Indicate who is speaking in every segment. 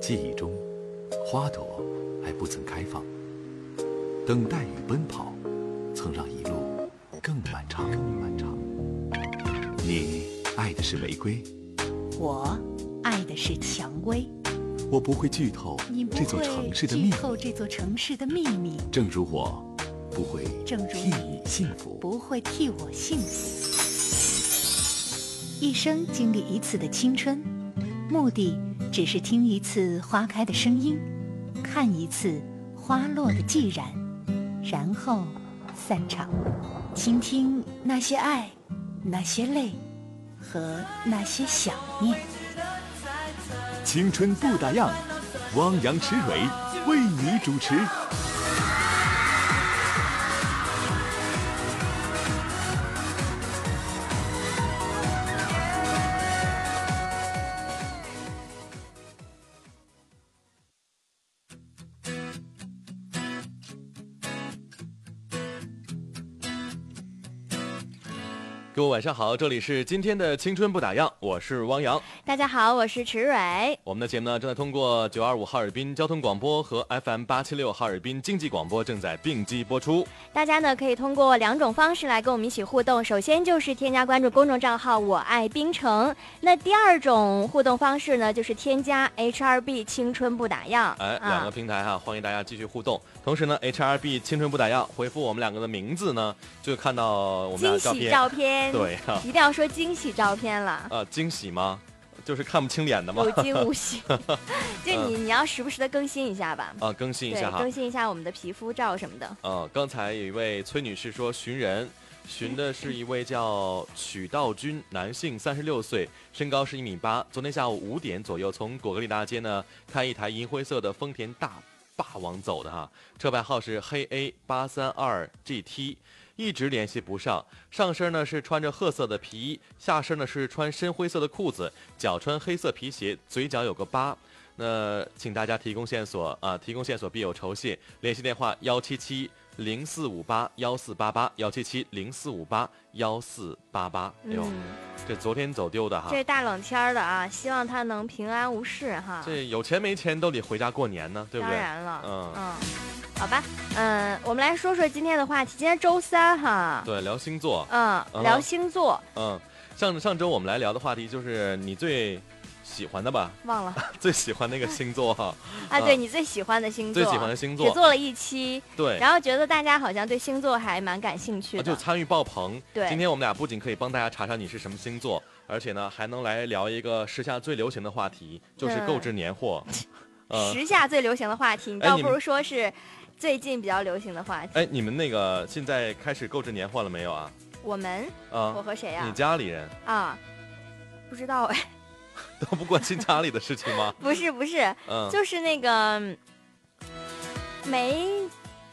Speaker 1: 记忆中，花朵还不曾开放，等待与奔跑，曾让一路更漫长。更漫长。你爱的是玫瑰，
Speaker 2: 我爱的是蔷薇。
Speaker 1: 我不会剧透
Speaker 2: 你不
Speaker 1: 这座
Speaker 2: 会
Speaker 1: 城市的秘
Speaker 2: 剧
Speaker 1: 密，
Speaker 2: 透这座城市的秘密，
Speaker 1: 正如我不会
Speaker 2: 正如
Speaker 1: 替
Speaker 2: 你
Speaker 1: 你幸福。
Speaker 2: 不会替我幸福。一生经历一次的青春，目的只是听一次花开的声音，看一次花落的寂然，然后散场，倾听那些爱，那些泪，和那些想念。
Speaker 1: 青春不打烊，汪洋池蕊为你主持。
Speaker 3: 各位晚上好，这里是今天的《青春不打烊》，我是汪洋。
Speaker 4: 大家好，我是池蕊。
Speaker 3: 我们的节目呢，正在通过九二五哈尔滨交通广播和 FM 八七六哈尔滨经济广播正在并机播出。
Speaker 4: 大家呢可以通过两种方式来跟我们一起互动，首先就是添加关注公众账号“我爱冰城”，那第二种互动方式呢就是添加 HRB 青春不打烊。
Speaker 3: 哎，两个
Speaker 4: 啊，
Speaker 3: 平台哈、欢迎大家继续互动。同时呢，HRB 青春不打烊，回复我们两个的名字呢，就看到我们俩的
Speaker 4: 惊
Speaker 3: 照
Speaker 4: 喜
Speaker 3: 片。
Speaker 4: 照片，，
Speaker 3: 对哈、啊，
Speaker 4: 一定要说惊喜照 片了，
Speaker 3: 呃惊喜吗？就是看不清脸的吗？
Speaker 4: 有惊 无喜。就你你要时不时的更新一下吧，
Speaker 3: 啊，嗯更新一
Speaker 4: 对
Speaker 3: 下，哈。
Speaker 4: 更新一下我们的皮肤照什么的。
Speaker 3: 呃，刚才有一位崔女士说寻人，寻的是一位叫曲道军，男性，三十六岁，身高是一米八。昨天下午五点左右，从果戈里大街呢开一台银灰色的丰田大霸王走的哈，车牌号是黑 A 八三二 GT。一直联系不上，上身呢是穿着褐色的皮衣，下身呢是穿深灰色的裤子，脚穿黑色皮鞋，嘴角有个疤。那请大家提供线索啊，提供线索必有酬谢。联系电话幺七七零四五八幺四八八幺七七零四五八幺四八八。哎呦，
Speaker 4: 嗯，
Speaker 3: 这昨天走丢的哈
Speaker 4: 这，是大冷天儿的啊，希望他能平安无事哈。
Speaker 3: 这有钱没钱都得回家过年呢，对不
Speaker 4: 当
Speaker 3: 对？
Speaker 4: 然了，
Speaker 3: 嗯
Speaker 4: 好吧，嗯，我们来说说今天的话题。今天周三哈，
Speaker 3: 对，聊星座，
Speaker 4: 嗯，聊星座，
Speaker 3: 嗯，上上周我们来聊的话题就是你最喜欢的吧，
Speaker 4: 忘了
Speaker 3: 最喜欢那个星座哈，
Speaker 4: 啊，对你最喜欢的星座，
Speaker 3: 嗯最喜欢的星
Speaker 4: 也
Speaker 3: 座，
Speaker 4: 做了一期，
Speaker 3: 对，啊
Speaker 4: 然后觉得大家好像对星座还蛮感兴趣
Speaker 3: 啊，就
Speaker 4: 的，
Speaker 3: 参与爆棚。
Speaker 4: 对
Speaker 3: 今天我们俩不仅可以帮大家查查你是什么星座，而且呢还能来聊一个时下最流行的话题，就是
Speaker 4: 嗯
Speaker 3: 购置年 货。呃，
Speaker 4: 时下最流行的话题，你
Speaker 3: 哎
Speaker 4: 倒
Speaker 3: 你
Speaker 4: 不
Speaker 3: 们
Speaker 4: 如说是最近比较流行的话题。
Speaker 3: 哎，你们那个现在开始购置年货了没有啊？
Speaker 4: 我们，我
Speaker 3: 啊，
Speaker 4: 和谁
Speaker 3: 你
Speaker 4: 呀？
Speaker 3: 家里人
Speaker 4: 啊，不知道哎，
Speaker 3: 都不关心家里的事情吗？
Speaker 4: 不是不是，
Speaker 3: 嗯，
Speaker 4: 就是那个嗯没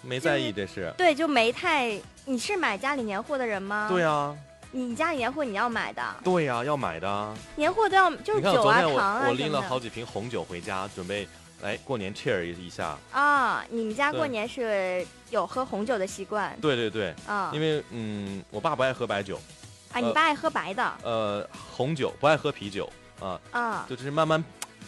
Speaker 3: 没在意这事。
Speaker 4: 对，就没太。你是买家里年货的人吗？
Speaker 3: 对啊，
Speaker 4: 你家里年货你要买的，
Speaker 3: 对啊，要买的啊。
Speaker 4: 年货都要就是
Speaker 3: 你看
Speaker 4: 酒
Speaker 3: 我昨
Speaker 4: 啊、
Speaker 3: 天
Speaker 4: 糖
Speaker 3: 我、
Speaker 4: 啊
Speaker 3: 我
Speaker 4: 什
Speaker 3: 拎
Speaker 4: 么
Speaker 3: 了
Speaker 4: 的
Speaker 3: 好几瓶红酒回家，准备来过年 cheer 一下。
Speaker 4: 啊。你们家过
Speaker 3: 对
Speaker 4: 年是有喝红酒的习惯
Speaker 3: 对对对，
Speaker 4: 啊？
Speaker 3: 因为嗯，我爸不爱喝白酒，
Speaker 4: 啊，你
Speaker 3: 呃
Speaker 4: 爸爱喝白的
Speaker 3: 呃，红酒不爱喝啤酒啊。
Speaker 4: 啊，
Speaker 3: 就是慢慢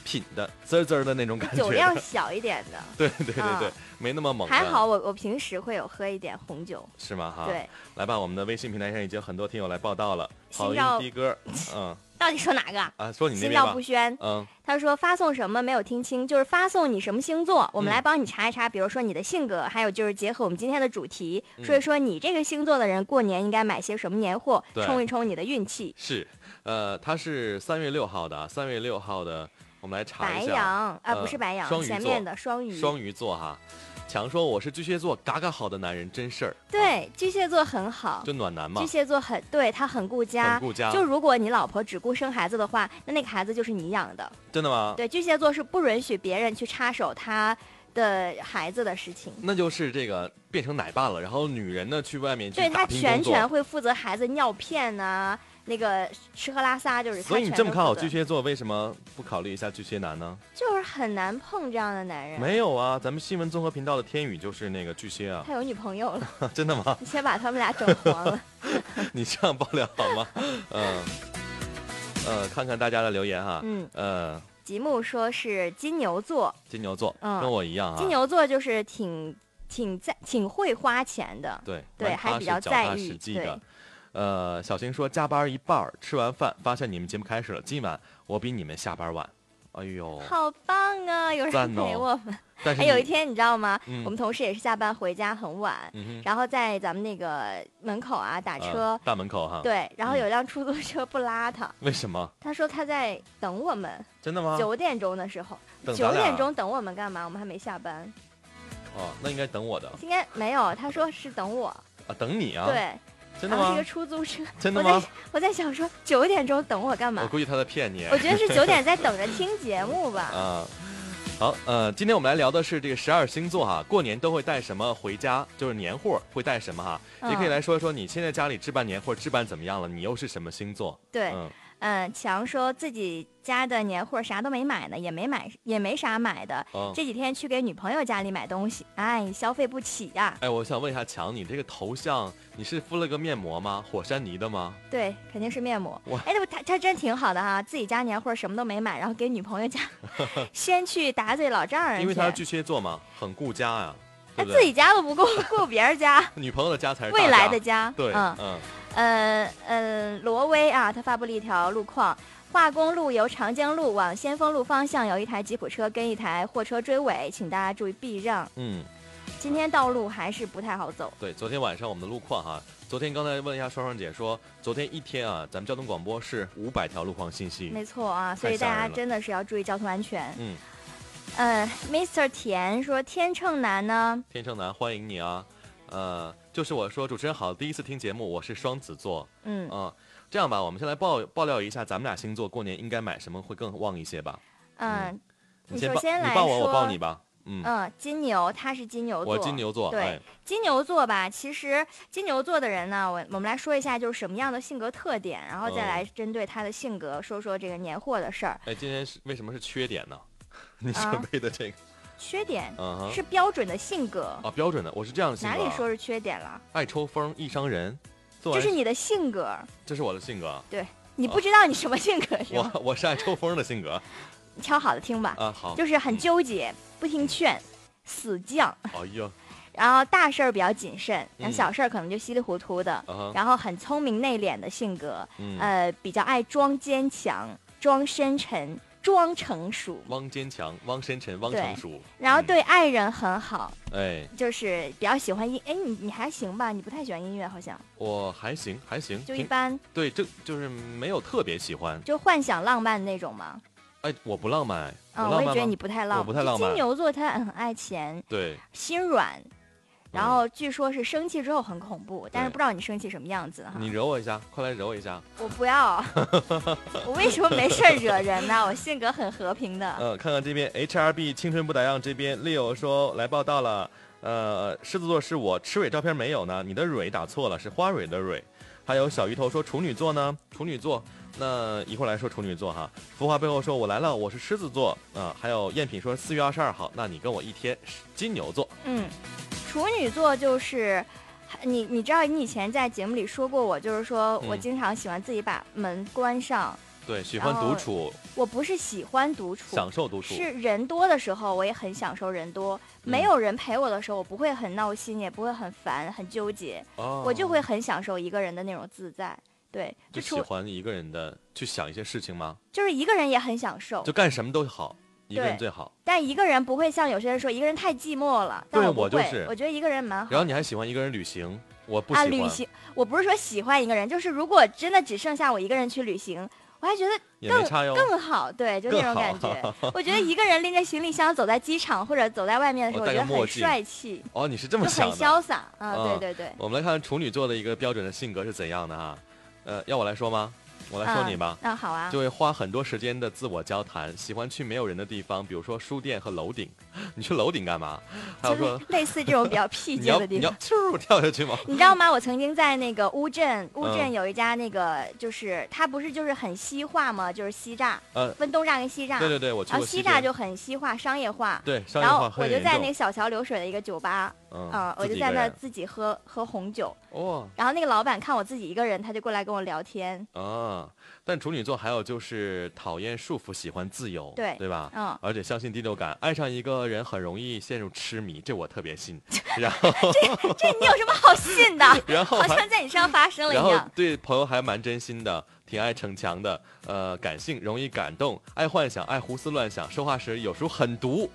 Speaker 3: 品的滋儿滋儿的那种感觉
Speaker 4: 酒量
Speaker 3: 的。
Speaker 4: 小一点 的。
Speaker 3: 对对对对，
Speaker 4: 啊
Speaker 3: 没那么猛。
Speaker 4: 还好我我平时会有喝一点红酒，
Speaker 3: 是吗？哈，，
Speaker 4: 对，
Speaker 3: 来吧，我们的微信平台上已经很多听友来报道了。好
Speaker 4: 心
Speaker 3: 运
Speaker 4: 照
Speaker 3: 的哥，嗯
Speaker 4: 到底说哪个啊？
Speaker 3: 啊，说你那
Speaker 4: 心
Speaker 3: 边
Speaker 4: 照
Speaker 3: 吧
Speaker 4: 不，宣，
Speaker 3: 嗯，
Speaker 4: 他说发送什么没有听清，就是发送你什么星座，我们
Speaker 3: 嗯
Speaker 4: 来帮你查一查，比如说你的性格，还有就是结合我们今天的主题，
Speaker 3: 嗯
Speaker 4: 说一说你这个星座的人过年应该买些什么年货，
Speaker 3: 对
Speaker 4: 冲一冲你的运气。
Speaker 3: 是，呃，他是三月六号的啊，三月六号的，我们来查
Speaker 4: 白
Speaker 3: 一下
Speaker 4: 羊啊，不
Speaker 3: 呃
Speaker 4: 是白羊，
Speaker 3: 双鱼
Speaker 4: 前
Speaker 3: 座
Speaker 4: 面的双鱼。
Speaker 3: 双鱼座哈。强说我是巨蟹座，嘎嘎好的男人真事儿，
Speaker 4: 对，巨蟹座很好，
Speaker 3: 就暖男嘛
Speaker 4: 哦巨，蟹座很对他很顾家。
Speaker 3: 很顾家，
Speaker 4: 就如果你老婆只顾生孩子的话，那那个孩子就是你养的。
Speaker 3: 真的吗？
Speaker 4: 对，巨蟹座是不允许别人去插手他的孩子的事情，
Speaker 3: 那就是这个变成奶爸了，然后女人呢去外面去
Speaker 4: 对他
Speaker 3: 打拼
Speaker 4: 全
Speaker 3: 工作
Speaker 4: 权会负责孩子尿片呐、那个吃喝拉撒就是他
Speaker 3: 所以你这么看好
Speaker 4: 全都负责
Speaker 3: 巨，蟹座，为什么不考虑一下巨蟹男呢？
Speaker 4: 就是很难碰这样的男人。
Speaker 3: 没有啊，咱们新闻综合频道的天宇就是那个巨蟹啊，
Speaker 4: 他有女朋友了，
Speaker 3: 真的吗？
Speaker 4: 你先把他们俩整黄了。
Speaker 3: 你这 样爆料好吗？嗯、呃，看看大家的留言哈，
Speaker 4: 嗯，
Speaker 3: 呃，
Speaker 4: 吉木说是金牛座，
Speaker 3: 金牛座，
Speaker 4: 嗯
Speaker 3: 跟我一样啊。
Speaker 4: 金牛座就是挺挺在挺会花钱的，
Speaker 3: 对
Speaker 4: 对
Speaker 3: 蛮
Speaker 4: 还
Speaker 3: 踏
Speaker 4: 比
Speaker 3: 实
Speaker 4: 较
Speaker 3: 脚
Speaker 4: 在
Speaker 3: 踏
Speaker 4: 意
Speaker 3: 实际
Speaker 4: 对
Speaker 3: 的。呃，小新说加班一半儿，吃完饭发现你们节目开始了，今晚我比你们下班晚。哎呦，
Speaker 4: 好棒啊！有人
Speaker 3: 赞哦
Speaker 4: 陪我们。
Speaker 3: 但是
Speaker 4: 哎，有
Speaker 3: 你
Speaker 4: 一，天你知道吗？
Speaker 3: 嗯
Speaker 4: 我们同事也是下班回家很晚，
Speaker 3: 嗯哼，
Speaker 4: 然后在咱们那个门口啊打
Speaker 3: 呃
Speaker 4: 车，
Speaker 3: 大门口哈，，
Speaker 4: 对，然后
Speaker 3: 嗯
Speaker 4: 有一辆出租车不拉他，
Speaker 3: 为什么？
Speaker 4: 他说他在等我们，
Speaker 3: 真的吗？
Speaker 4: 九点钟的时候，
Speaker 3: 啊等咱
Speaker 4: 九
Speaker 3: 俩
Speaker 4: 点钟等我们干嘛？我们还没下班，
Speaker 3: 哦，那应该等我的
Speaker 4: 应该没有，他说是等我，
Speaker 3: 啊，等你啊，，
Speaker 4: 对，
Speaker 3: 真的
Speaker 4: 然后是一
Speaker 3: 吗
Speaker 4: 个？出租车，
Speaker 3: 真的
Speaker 4: 我在
Speaker 3: 吗？
Speaker 4: 我在想说九点钟等我干
Speaker 3: 我
Speaker 4: 嘛？
Speaker 3: 估计他在骗你。
Speaker 4: 我觉得是九点在等着听节目吧。
Speaker 3: 啊。好，呃，今天我们来聊的是这个十二星座哈、过年都会带什么回家？就是年货会带什么哈、也可以
Speaker 4: 嗯
Speaker 3: 来说一说你现在家里置办年货置办怎么样了？你又是什么星座？
Speaker 4: 对，
Speaker 3: 嗯，
Speaker 4: 嗯，强说自己家的年货啥都没买呢，也没买，也没啥买的。
Speaker 3: 哦
Speaker 4: 这几天去给女朋友家里买东西，哎，消费不起呀、
Speaker 3: 哎，我想问一下强，你这个头像你是敷了个面膜吗？火山泥的吗？
Speaker 4: 对，肯定是面膜
Speaker 3: 哇。
Speaker 4: 哎，那不他他真挺好的哈、自己家年货什么都没买，然后给女朋友家， 先去打嘴老丈人去。
Speaker 3: 因为他是巨蟹座嘛，很顾家呀、
Speaker 4: 他
Speaker 3: 对不
Speaker 4: 自
Speaker 3: 对？
Speaker 4: 己家都不够，够别 人家，
Speaker 3: 女朋友的家才是大
Speaker 4: 未来
Speaker 3: 家
Speaker 4: 的家。
Speaker 3: 对，
Speaker 4: 嗯
Speaker 3: 嗯，
Speaker 4: 呃呃，罗威啊，他发布了一条路况。化工路由长江路往先锋路方向有一台吉普车跟一台货车追尾，请大家注意避让。
Speaker 3: 嗯，
Speaker 4: 今天道路还是不太好走。
Speaker 3: 对，昨天晚上我们的路况哈、昨天刚才问一下双双姐说，昨天一天啊，咱们交通广播是五百条路况信息。
Speaker 4: 没错啊，所
Speaker 3: 太
Speaker 4: 以
Speaker 3: 吓
Speaker 4: 大
Speaker 3: 人
Speaker 4: 家
Speaker 3: 了
Speaker 4: 真的是要注意交通安全。
Speaker 3: 嗯，
Speaker 4: 呃，Mr. 田说天秤男呢，
Speaker 3: 天秤男欢迎你啊，呃，就是我说主持人好，第一次听节目，我是双子座，
Speaker 4: 嗯，
Speaker 3: 嗯，这样吧，我们先来爆爆料一下咱们俩星座过年应该买什么会更旺一些吧。
Speaker 4: 嗯，
Speaker 3: 你
Speaker 4: 你
Speaker 3: 先
Speaker 4: 首
Speaker 3: 报，
Speaker 4: 先来
Speaker 3: 你报我，我
Speaker 4: 说
Speaker 3: 报你吧。嗯，
Speaker 4: 嗯，金牛他是金牛座，
Speaker 3: 我金牛座，
Speaker 4: 对
Speaker 3: 哎，
Speaker 4: 金牛座吧，其实金牛座的人呢，我我们来说一下就是什么样的性格特点，然后再
Speaker 3: 哦
Speaker 4: 来针对他的性格说说这个年货的事儿。
Speaker 3: 哎，今天是为什么是缺点 呢？你
Speaker 4: 啊
Speaker 3: 准备的这个，
Speaker 4: 缺点
Speaker 3: 嗯哼，
Speaker 4: 是标准的性格，
Speaker 3: 啊，标准的，我是这样的性
Speaker 4: 哪
Speaker 3: 格
Speaker 4: 里
Speaker 3: 啊，
Speaker 4: 说是缺点了？
Speaker 3: 爱抽风，易伤人，做
Speaker 4: 这
Speaker 3: 完
Speaker 4: 是
Speaker 3: 事
Speaker 4: 你的性格，
Speaker 3: 这是我的性格啊，
Speaker 4: 你
Speaker 3: 哦
Speaker 4: 不知道你什么性格是吧？
Speaker 3: 我我是爱抽风的性格
Speaker 4: 你挑好了听吧，
Speaker 3: 啊，好，嗯
Speaker 4: 就是很纠结，不听劝，死犟，
Speaker 3: 哎呀，
Speaker 4: 然后大事儿比较谨慎，
Speaker 3: 嗯
Speaker 4: 然后小事儿可能就稀里糊涂的，
Speaker 3: 啊哈，
Speaker 4: 然后很聪明内敛的性格，
Speaker 3: 嗯，
Speaker 4: 呃，比较爱装坚强、装深沉、装成熟，
Speaker 3: 汪坚强，汪深沉，汪
Speaker 4: 对
Speaker 3: 成熟，
Speaker 4: 然后
Speaker 3: 嗯，
Speaker 4: 对爱人很好，
Speaker 3: 哎，
Speaker 4: 就是比较喜欢音。哎，你你还行吧？你不太喜欢音乐，好像
Speaker 3: 我还行还行，
Speaker 4: 就一
Speaker 3: 挺
Speaker 4: 般，
Speaker 3: 对，这就是没有特别喜欢，
Speaker 4: 就幻想浪漫那种嘛。
Speaker 3: 哎，我不浪漫，哎我
Speaker 4: 嗯，我
Speaker 3: 浪
Speaker 4: 也
Speaker 3: 漫
Speaker 4: 觉得你啊
Speaker 3: 吗？
Speaker 4: 不太浪漫。
Speaker 3: 不太浪
Speaker 4: 就
Speaker 3: 漫
Speaker 4: 金牛座他很爱钱，
Speaker 3: 对，
Speaker 4: 心软，然
Speaker 3: 嗯
Speaker 4: 后据说是生气之后很恐怖，但是
Speaker 3: 对
Speaker 4: 不知道你生气什么样子哈。
Speaker 3: 你揉我一下，快来揉我一下，
Speaker 4: 我不 要，我为什么没事儿惹人呢？ 我性格很和平的。
Speaker 3: 嗯，看看这边 HRB 青春不打烊这边 Leo 说来报道了，呃，狮子座是我吃蕊照片没有呢，你的蕊打错了，是花蕊的蕊。还有小鱼头说处女座呢，处女座，那一会儿来说处女座哈。浮华背后说我来了，我是狮子座啊、还有赝品说四月二十二号，那你跟我一天，是金牛座，
Speaker 4: 嗯，处女座就是。你你知道你以前在节目里说过我，就是说我
Speaker 3: 嗯
Speaker 4: 经常喜欢自己把门关上，
Speaker 3: 对，喜欢
Speaker 4: 然后
Speaker 3: 独处，
Speaker 4: 我不是喜欢独处，
Speaker 3: 享受独处，嗯
Speaker 4: 哦是人多的时候我也很享受人多，没有人陪我的时候，我不会很闹心，也不会很烦、很纠结，
Speaker 3: 哦
Speaker 4: 我就会很享受一个人的那种自在。对，
Speaker 3: 就
Speaker 4: 就
Speaker 3: 喜
Speaker 4: 除
Speaker 3: 欢一个人的去想一些事情吗？
Speaker 4: 就是一个人也很享受
Speaker 3: 就，干什么都好，一个人
Speaker 4: 对
Speaker 3: 最好。
Speaker 4: 但一个人不会像有些人说一个人太寂寞了，但
Speaker 3: 对
Speaker 4: 不
Speaker 3: 我就
Speaker 4: 会，
Speaker 3: 是
Speaker 4: 我觉得一个人蛮好的。
Speaker 3: 然后你还喜欢一个人旅行，我不喜
Speaker 4: 啊，
Speaker 3: 欢。
Speaker 4: 旅行，我不是说喜欢一个人，就是如果真的只剩下我一个人去旅行，我还觉得
Speaker 3: 也没
Speaker 4: 更
Speaker 3: 差哟。
Speaker 4: 更好，对，就
Speaker 3: 更
Speaker 4: 那种感觉。 我觉得一个人拎着行李箱走在机场或者走在外面的时候，
Speaker 3: 哦
Speaker 4: 我
Speaker 3: 戴
Speaker 4: 觉
Speaker 3: 个
Speaker 4: 得
Speaker 3: 墨
Speaker 4: 很
Speaker 3: 镜
Speaker 4: 帅气，
Speaker 3: 哦，你是这
Speaker 4: 就
Speaker 3: 么
Speaker 4: 很
Speaker 3: 想的。
Speaker 4: 潇洒啊，
Speaker 3: 嗯
Speaker 4: 对对对。
Speaker 3: 我们来看处女座的一个标准的性格是怎样的哈、呃，要我来说吗？我来说你吧。
Speaker 4: 那好啊
Speaker 3: 就，会花很多时间的自我交谈，喜欢去没有人的地方，比如说书店和楼顶。 你去楼顶干嘛？还有
Speaker 4: 就
Speaker 3: 说
Speaker 4: 是类似这 种比较僻
Speaker 3: 你
Speaker 4: 静
Speaker 3: 要
Speaker 4: 的
Speaker 3: 你
Speaker 4: 地
Speaker 3: 要
Speaker 4: 方。
Speaker 3: 咻跳下去 吗？
Speaker 4: 你知道吗？我曾经在那个乌镇，乌
Speaker 3: 嗯
Speaker 4: 镇有一家那个，就是它不是就是很西化吗？就是西栅，
Speaker 3: 呃，
Speaker 4: 分东栅跟西栅。
Speaker 3: 对对对，我去
Speaker 4: 啊然
Speaker 3: 过
Speaker 4: 后西
Speaker 3: 边
Speaker 4: 栅就很西化、商业化。
Speaker 3: 对商业
Speaker 4: 然
Speaker 3: 化
Speaker 4: 后
Speaker 3: 很
Speaker 4: 我
Speaker 3: 严
Speaker 4: 就
Speaker 3: 重。
Speaker 4: 在那个小桥流水的一个酒吧，
Speaker 3: 嗯，
Speaker 4: 啊、我
Speaker 3: 自
Speaker 4: 就
Speaker 3: 己一
Speaker 4: 在
Speaker 3: 个
Speaker 4: 那儿
Speaker 3: 人
Speaker 4: 自己喝喝红酒。
Speaker 3: 哦
Speaker 4: 然后那个老板看我自己一个人，他就过来跟我聊天。
Speaker 3: 啊。但处女座还有就是讨厌束缚，喜欢自由，
Speaker 4: 对
Speaker 3: 对吧？
Speaker 4: 嗯，
Speaker 3: 而且相信第六感，爱上一个人很容易陷入痴迷，这我特别信。然后，
Speaker 4: 这你有什么好信的？
Speaker 3: 然后
Speaker 4: 好
Speaker 3: 还
Speaker 4: 像在你身上发生了
Speaker 3: 然
Speaker 4: 一
Speaker 3: 后
Speaker 4: 样。
Speaker 3: 对朋友还蛮真心的，挺爱逞强的，呃，感性，容易感动，爱幻想，爱胡思乱想，说话时有时候很毒，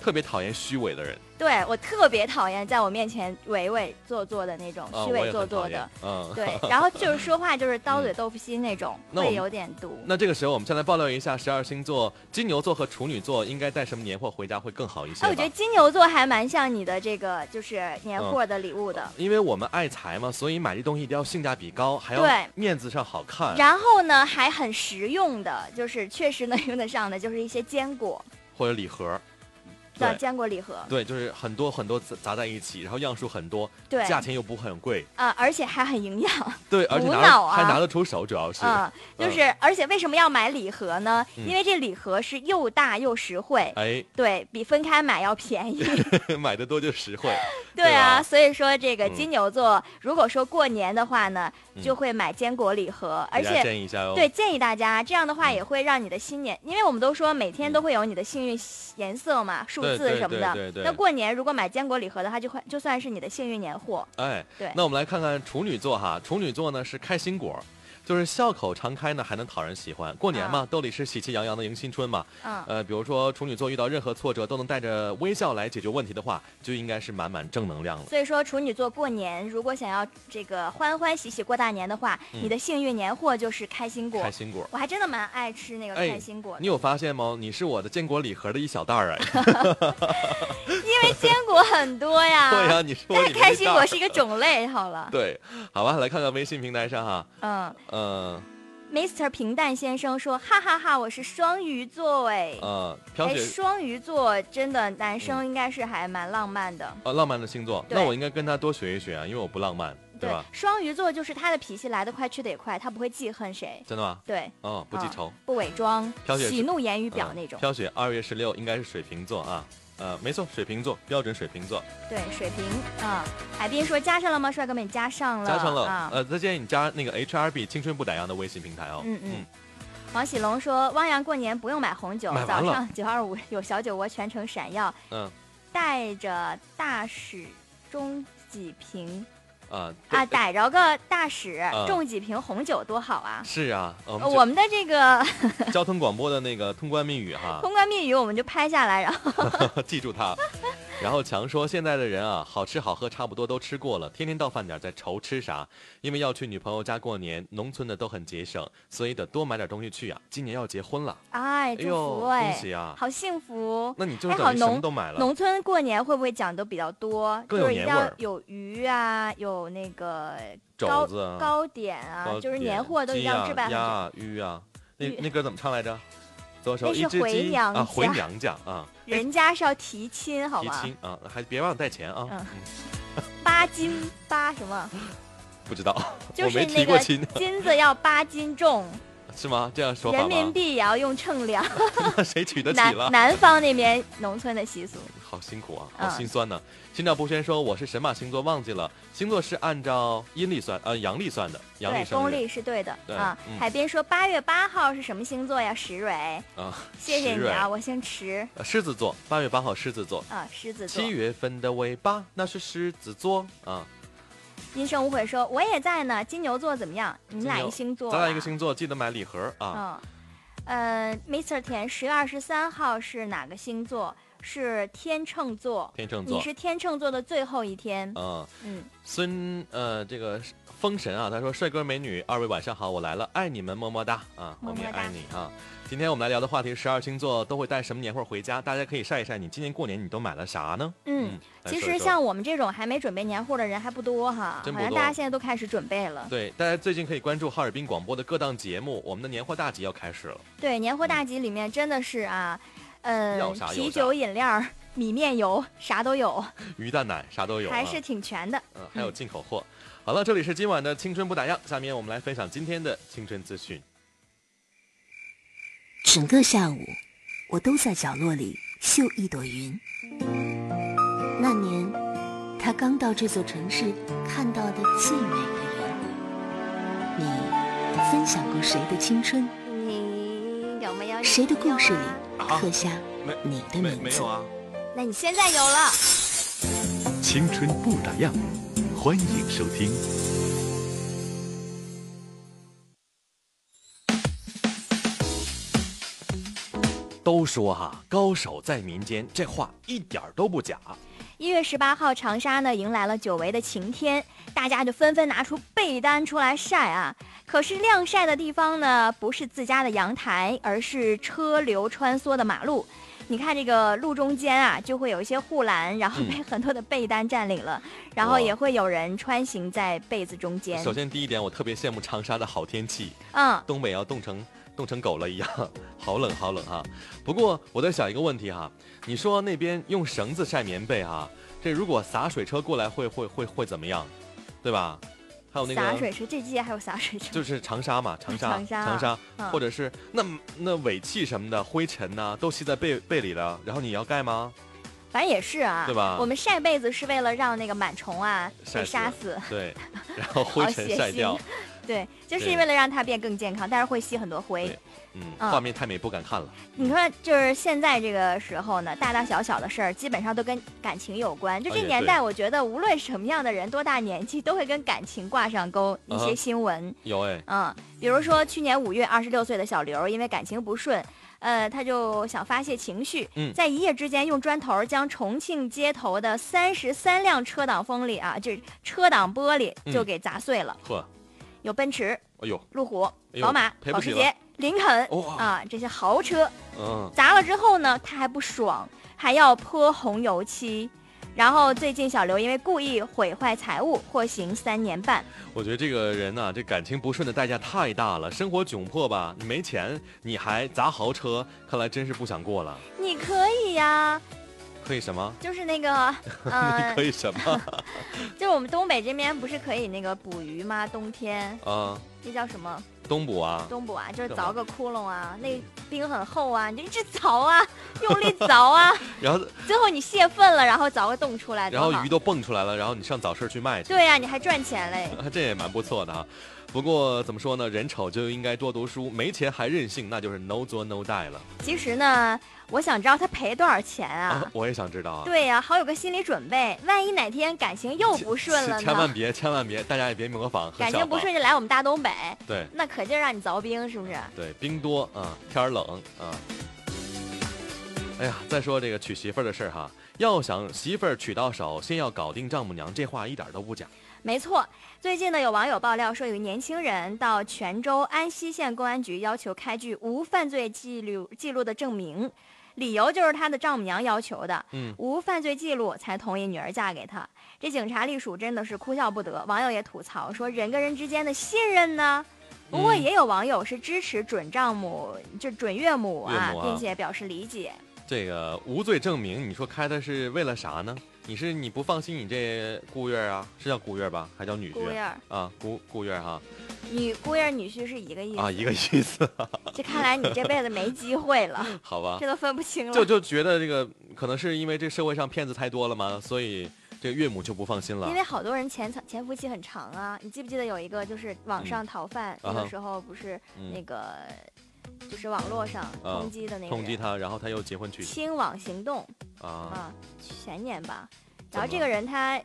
Speaker 3: 特别讨厌虚伪的人
Speaker 4: 对我特别讨厌在我面前唯唯做作的那种
Speaker 3: 啊，
Speaker 4: 虚
Speaker 3: 我
Speaker 4: 伪
Speaker 3: 也
Speaker 4: 做
Speaker 3: 很
Speaker 4: 作
Speaker 3: 讨
Speaker 4: 的
Speaker 3: 厌。。 嗯，
Speaker 4: 对，然后就是说话就是刀嘴
Speaker 3: 嗯
Speaker 4: 豆腐心那种，
Speaker 3: 那我
Speaker 4: 会
Speaker 3: 们
Speaker 4: 有点毒。
Speaker 3: 那这个时候我们先来爆料一下十二星座，金牛座和处女座应该带什么年货回家会更好一些吧？嗯
Speaker 4: 哎，我觉得金牛座还蛮像你的这个，就是年货的礼物的。
Speaker 3: 因为我们爱财嘛，所以买这东西一定要性价比高，还
Speaker 4: 对
Speaker 3: 要面子上好看，
Speaker 4: 然后呢，还很实用的，就是确实能 用得上的，就是一些坚果
Speaker 3: 或者礼盒。
Speaker 4: 的
Speaker 3: 对
Speaker 4: 坚果礼盒，
Speaker 3: 对，就是很多很多杂杂在一起，然后样数很多，
Speaker 4: 对，
Speaker 3: 价钱又不很贵，
Speaker 4: 啊、而且还很营养，
Speaker 3: 对，而且
Speaker 4: 无
Speaker 3: 拿
Speaker 4: 脑
Speaker 3: 得
Speaker 4: 啊
Speaker 3: 还拿得出手，主要是。
Speaker 4: 嗯，就是，而且为什么要买礼盒呢？
Speaker 3: 嗯
Speaker 4: 因为这礼盒是又大又实惠，
Speaker 3: 哎，
Speaker 4: 对比分开买要便宜。
Speaker 3: 买的多就实惠。
Speaker 4: 对啊，
Speaker 3: 吧
Speaker 4: 所以说这个
Speaker 3: 嗯
Speaker 4: 金牛座，如果说过年的话呢，
Speaker 3: 嗯
Speaker 4: 就会买坚果礼盒，而
Speaker 3: 给大家
Speaker 4: 且。
Speaker 3: 建议一下哦哟。
Speaker 4: 对，，建议大家这样的话
Speaker 3: 嗯
Speaker 4: 也会让你的新年，因为我们都说每天
Speaker 3: 嗯
Speaker 4: 都会有你的幸运颜色嘛，数
Speaker 3: 对
Speaker 4: 字
Speaker 3: 对
Speaker 4: 什么
Speaker 3: 对
Speaker 4: 的。
Speaker 3: 对对
Speaker 4: 那过年如果买坚果礼盒的话，就会就算是你的幸运年货。
Speaker 3: 哎，
Speaker 4: 对
Speaker 3: 那我们来看看处女座哈，处女座呢是开心果。就是笑口常开呢，还能讨人喜欢。过年嘛，兜里是喜气洋洋的迎新春嘛。
Speaker 4: 嗯，
Speaker 3: 呃，比如说处女座遇到任何挫折都能带着微笑来解决问题的话，就应该是满满正能量了。
Speaker 4: 所以说处女座过年如果想要这个欢欢喜喜过大年的话，
Speaker 3: 嗯
Speaker 4: 你的幸运年货就是开心果
Speaker 3: 开。心果，
Speaker 4: 我还真的蛮爱吃那个
Speaker 3: 哎
Speaker 4: 开心果 的，
Speaker 3: 你有发现吗？你是我的坚果礼盒的一小袋 儿哎。
Speaker 4: 因为坚果很多 呀。
Speaker 3: 对呀、你是我
Speaker 4: 但
Speaker 3: 里面
Speaker 4: 是
Speaker 3: 的
Speaker 4: 开
Speaker 3: 一
Speaker 4: 心
Speaker 3: 袋
Speaker 4: 果
Speaker 3: 儿
Speaker 4: 是一个种类，好了。
Speaker 3: 对，好吧，来看看微信平台上哈，
Speaker 4: 嗯
Speaker 3: 嗯
Speaker 4: ，Mr. 平淡先生说，哈哈哈我是双鱼座哎。
Speaker 3: 呃，飘
Speaker 4: 哎，
Speaker 3: 雪
Speaker 4: 双鱼座真的男
Speaker 3: 嗯
Speaker 4: 生应该是还蛮浪漫的，
Speaker 3: 呃，浪漫的星座，
Speaker 4: 对
Speaker 3: 那我应该跟他多学一学啊，因为我不浪漫，对吧？
Speaker 4: 双鱼座就是他的脾气来得快去得也快，他不会记恨谁，
Speaker 3: 真的吗？
Speaker 4: 对，
Speaker 3: 哦，不记仇。
Speaker 4: 不伪装，
Speaker 3: 飘雪是
Speaker 4: 喜怒言语
Speaker 3: 嗯
Speaker 4: 表那种，
Speaker 3: 飘雪二月十六应该是水瓶座啊，呃，没错，水瓶座，标准水瓶座，
Speaker 4: 对，水平啊。海滨说加上了吗？帅哥们，你加上了，
Speaker 3: 加上了，
Speaker 4: 啊。
Speaker 3: 呃，再建议你加那个 H R B 青春不打烊的微信平台哦。
Speaker 4: 嗯嗯王喜龙说，汪洋过年不用买红酒
Speaker 3: 买，
Speaker 4: 早
Speaker 3: 完了
Speaker 4: 上九二五有小酒窝全程闪耀，
Speaker 3: 嗯
Speaker 4: 带着大使中几瓶
Speaker 3: 啊
Speaker 4: 啊，
Speaker 3: 对
Speaker 4: 逮着个大使
Speaker 3: 啊，
Speaker 4: 中几瓶红酒多好啊！
Speaker 3: 是啊，我
Speaker 4: 呃
Speaker 3: 们
Speaker 4: 我们的这个
Speaker 3: 这交通广播的那个通关密语 哈，
Speaker 4: 通关密语，我们就拍下来，然后
Speaker 3: 记住它。 然后强说，现在的人啊，好吃好喝差不多都吃过了，天天到饭点儿在愁吃啥？因为要去女朋友家过年，农村的都很节省，所以得多买点东西去呀、今年要结婚了，
Speaker 4: 哎，祝
Speaker 3: 哎呦，
Speaker 4: 福
Speaker 3: 恭
Speaker 4: 哎，
Speaker 3: 喜啊！
Speaker 4: 好幸福。
Speaker 3: 那你就是
Speaker 4: 哎好
Speaker 3: 等于什么
Speaker 4: 浓
Speaker 3: 都买了，
Speaker 4: 农村过年会不会讲究比较多？
Speaker 3: 更有
Speaker 4: 就是一定
Speaker 3: 年味
Speaker 4: 要
Speaker 3: 儿
Speaker 4: 有鱼啊，有那个
Speaker 3: 肘子啊、
Speaker 4: 糕点啊，
Speaker 3: 糕
Speaker 4: 就是
Speaker 3: 点
Speaker 4: 年货都一定要置
Speaker 3: 鸡呀、
Speaker 4: 办很
Speaker 3: 鸭
Speaker 4: 久。
Speaker 3: 啊、鱼啊，那
Speaker 4: 鱼
Speaker 3: 那歌怎么唱来着？左手
Speaker 4: 那
Speaker 3: 一
Speaker 4: 是
Speaker 3: 只
Speaker 4: 回
Speaker 3: 鸡
Speaker 4: 娘
Speaker 3: 啊，回
Speaker 4: 家
Speaker 3: 娘家啊，
Speaker 4: 人家是要提亲，好
Speaker 3: 提
Speaker 4: 吗？
Speaker 3: 亲啊，还别忘了带钱啊。
Speaker 4: 嗯
Speaker 3: 嗯，
Speaker 4: 八斤八 什么？
Speaker 3: 不知道，
Speaker 4: 就
Speaker 3: 我
Speaker 4: 是
Speaker 3: 没
Speaker 4: 那
Speaker 3: 提过
Speaker 4: 个
Speaker 3: 亲，
Speaker 4: 金子要八斤重，
Speaker 3: 是吗？这样 说法
Speaker 4: 人民
Speaker 3: 吗？
Speaker 4: 币也要用秤量。
Speaker 3: 那 谁娶得起
Speaker 4: 南
Speaker 3: 了？
Speaker 4: 南方那边农村的习俗，
Speaker 3: 好辛苦啊，
Speaker 4: 嗯
Speaker 3: 好心酸呢、心照不宣说我是神马星座，忘记了，星座是按照阴历算，呃，阳历算的，阳
Speaker 4: 对
Speaker 3: 历，生
Speaker 4: 公
Speaker 3: 日
Speaker 4: 历是对的
Speaker 3: 对
Speaker 4: 啊。
Speaker 3: 嗯
Speaker 4: 海边说八月八号是什么星座呀？石蕊，
Speaker 3: 啊。
Speaker 4: 谢谢
Speaker 3: 石
Speaker 4: 你啊，
Speaker 3: 蕊
Speaker 4: 我姓池
Speaker 3: 呃狮子座，八月八号，狮子座。
Speaker 4: 啊，狮子座
Speaker 3: 七。月份的尾巴，那是狮子座啊！
Speaker 4: 音声无悔说我也在呢，金牛座怎么样？你们俩
Speaker 3: 金
Speaker 4: 一
Speaker 3: 牛
Speaker 4: 星座，
Speaker 3: 咱俩一个。星座，记得买礼盒啊！
Speaker 4: 啊嗯，呃，Mr. 田十月二十三号是哪个星座？是天秤座。
Speaker 3: 天秤
Speaker 4: 你
Speaker 3: 座，
Speaker 4: 是天秤座的最后一天，
Speaker 3: 嗯，
Speaker 4: 嗯，
Speaker 3: 孙呃，这个封神啊，他说：“帅哥美女，二位晚上好，我来了，爱你们，么么哒啊，
Speaker 4: 么
Speaker 3: 我们也
Speaker 4: 么哒
Speaker 3: 爱你啊。”今天我们来聊的话题，十二星座都会带什么年货回家？大家可以晒一晒，你今年过年你都买了啥呢？
Speaker 4: 嗯，，
Speaker 3: 来
Speaker 4: 其
Speaker 3: 说一
Speaker 4: 实
Speaker 3: 说
Speaker 4: 像我们这种还没准备年货的人还不多哈，
Speaker 3: 真
Speaker 4: 好
Speaker 3: 不
Speaker 4: 像
Speaker 3: 多
Speaker 4: 大家现在都开始准备了。
Speaker 3: 对大家最近可以关注哈尔滨广播的各档节目，我们的年货大集要开始了。
Speaker 4: 对，年货大集里面真的是啊，呃
Speaker 3: 要啥，有
Speaker 4: 啤
Speaker 3: 啥
Speaker 4: 酒、饮料、米面油啥都有，
Speaker 3: 鱼蛋奶啥都有、啊，
Speaker 4: 还是挺全的。
Speaker 3: 嗯，还有进口货。好了，这里是今晚的青春不打烊，下面我们来分享今天的青春资讯。
Speaker 5: 整个下午，我都在角落里绣一朵云。那年，他才刚到这座城市看到的最美的人。你分享过谁的青春？
Speaker 4: 你有没有
Speaker 5: 谁的故事里
Speaker 3: 啊
Speaker 5: 刻下
Speaker 3: 没
Speaker 5: 你的
Speaker 3: 没
Speaker 5: 名
Speaker 3: 没
Speaker 5: 字？
Speaker 3: 有啊？
Speaker 4: 那你现在有了。
Speaker 1: 青春不打烊，欢迎收听。
Speaker 3: 都说哈、高手在民间，这话一点儿都不假。
Speaker 4: 一月十八号，长沙呢迎来了久违的晴天，大家就纷纷拿出被单出来晒啊。可是晾晒的地方呢，不是自家的阳台，而是车流穿梭的马路。你看这个路中间啊，就会有一些护栏，然后
Speaker 3: 嗯
Speaker 4: 被很多的被单占领了，然后
Speaker 3: 哇
Speaker 4: 也会有人穿行在被子中间
Speaker 3: 首。先第一点，我特别羡慕长沙的好天气，
Speaker 4: 嗯，
Speaker 3: 东北要冻成冻成狗了一样，好冷好冷啊！不过我在想一个问题哈、你说那边用绳子晒棉被哈、这如果洒水车过来会会会会怎么样，对吧？还有那
Speaker 4: 洒
Speaker 3: 个
Speaker 4: 水车，这季还有洒水车。
Speaker 3: 就是长沙嘛，长沙
Speaker 4: 长沙啊嗯
Speaker 3: 或者是那那尾气什么的灰尘呐、都吸在被被里了，然后你要盖吗？
Speaker 4: 反正也是啊，
Speaker 3: 对吧
Speaker 4: 我们晒被子是为了让那个螨虫啊
Speaker 3: 晒
Speaker 4: 被
Speaker 3: 死
Speaker 4: 杀死，
Speaker 3: 对，然后灰尘
Speaker 4: 好血
Speaker 3: 晒
Speaker 4: 腥
Speaker 3: 掉，
Speaker 4: 对，就是
Speaker 3: 对
Speaker 4: 为了让它变更健康，但是会吸很多灰。
Speaker 3: 对嗯，
Speaker 4: 嗯
Speaker 3: 画面太美不敢看了。
Speaker 4: 你说，就是现在这个时候呢，大大小小的事儿基本上都跟感情有关。就
Speaker 3: 哎
Speaker 4: 这
Speaker 3: 呀
Speaker 4: 年代，我觉得无论什么样的人，多大年纪，都会跟感情挂上钩。一
Speaker 3: 嗯
Speaker 4: 些
Speaker 3: 哼
Speaker 4: 新闻，
Speaker 3: 有哎，
Speaker 4: 嗯，比如说去年五月，二十六岁的小刘因为感情不顺，呃，他就想发泄情绪，
Speaker 3: 嗯
Speaker 4: 在一夜之间用砖头将重庆街头的三十三辆车挡风里啊，就是车挡玻璃就
Speaker 3: 嗯
Speaker 4: 给砸碎了，
Speaker 3: 呵，
Speaker 4: 有奔驰、
Speaker 3: 哎呦，
Speaker 4: 路虎、
Speaker 3: 哎呦
Speaker 4: 宝马、
Speaker 3: 赔不
Speaker 4: 保
Speaker 3: 起
Speaker 4: 时
Speaker 3: 了
Speaker 4: 捷、林肯、
Speaker 3: 哇
Speaker 4: 啊这些豪车。
Speaker 3: 嗯，
Speaker 4: 砸了之后呢，他还不爽，还要泼红油漆。然后最近小刘因为故意毁坏财物，获刑三年半。
Speaker 3: 我觉得这个人呐、这感情不顺的代价太大了，生活窘迫吧，你没钱，你还砸豪车，看来真是不想过了。
Speaker 4: 你可以呀、
Speaker 3: 可以什么？
Speaker 4: 就是那个，呃
Speaker 3: 你可，以什么？
Speaker 4: 就是我们东北这边不是可以那个捕鱼吗？冬天
Speaker 3: 啊，
Speaker 4: 那叫什么
Speaker 3: 东补啊，
Speaker 4: 冬捕啊，就是
Speaker 3: 干嘛
Speaker 4: 凿个窟窿啊，那
Speaker 3: 嗯
Speaker 4: 冰很厚啊，你就一直凿啊，用力凿啊，
Speaker 3: 然后
Speaker 4: 最后你泄愤了，然后凿个洞出来，
Speaker 3: 然后
Speaker 4: 多好
Speaker 3: 鱼都蹦出来了，然后你上早市去卖去。
Speaker 4: 哎对呀、你还赚钱嘞。
Speaker 3: 啊， 这也蛮不错的啊。不过怎么说呢，人丑就应该多读书，没钱还任性，那就是 no 作 no die 了
Speaker 4: 其实呢，我想知道他赔多少钱啊
Speaker 3: 我也想知道啊。
Speaker 4: 对呀、好有个心理准备，万一哪天感情又不顺了
Speaker 3: 千万
Speaker 4: 呢？
Speaker 3: 别，千万别，大家也别模仿和
Speaker 4: 感
Speaker 3: 效
Speaker 4: 情不
Speaker 3: 仿。
Speaker 4: 顺就来我们大东北，
Speaker 3: 对
Speaker 4: 那可劲儿让你凿冰，是不是？
Speaker 3: 对，冰多啊，天儿冷啊。哎呀，再说这个娶媳妇儿的事儿哈，要想媳妇儿娶到手，先要搞定丈母娘，这话一点儿都不假。
Speaker 4: 没错，最近呢，有网友爆料说，有一年轻人到泉州安溪县公安局要求开具无犯罪记录记录的证明，理由就是他的丈母娘要求的，
Speaker 3: 嗯
Speaker 4: 无犯罪记录才同意女儿嫁给他。这警察隶属真的是哭笑不得。网友也吐槽说，人跟人之间的信任呢？不过
Speaker 3: 嗯
Speaker 4: 也有网友是支持准丈母，就准岳母啊，
Speaker 3: 岳母啊
Speaker 4: 并且表示理解。
Speaker 3: 这个无罪证明，你说开的是为了啥呢？你是你不放心你这姑爷儿啊，是叫姑爷儿吧，还叫女
Speaker 4: 姑
Speaker 3: 婿
Speaker 4: 爷儿、
Speaker 3: 啊？姑姑爷儿哈
Speaker 4: 女姑爷儿、女婿是一个意思。
Speaker 3: 啊，一个意思，
Speaker 4: 这看来你这辈子没机 会了，
Speaker 3: 好吧？
Speaker 4: 这都分不清了。
Speaker 3: 啊就就觉得这个嗯可能是因为这社会上骗子太多了嘛，所以这个岳母就不放心了
Speaker 4: 因。为好多人潜藏潜伏期很长啊，你记不记得有一个就是网上逃犯，
Speaker 3: 嗯
Speaker 4: 那
Speaker 3: 啊
Speaker 4: 个
Speaker 3: 哈
Speaker 4: 时候不是那
Speaker 3: 嗯，
Speaker 4: 个、就是网络上
Speaker 3: 啊
Speaker 4: 通缉的那个
Speaker 3: 通缉
Speaker 4: 人，
Speaker 3: 他，然后他又结婚娶妻
Speaker 4: 清网行动
Speaker 3: 啊，
Speaker 4: 啊，前年吧。
Speaker 3: 怎
Speaker 4: 然后这
Speaker 3: 么
Speaker 4: 个人他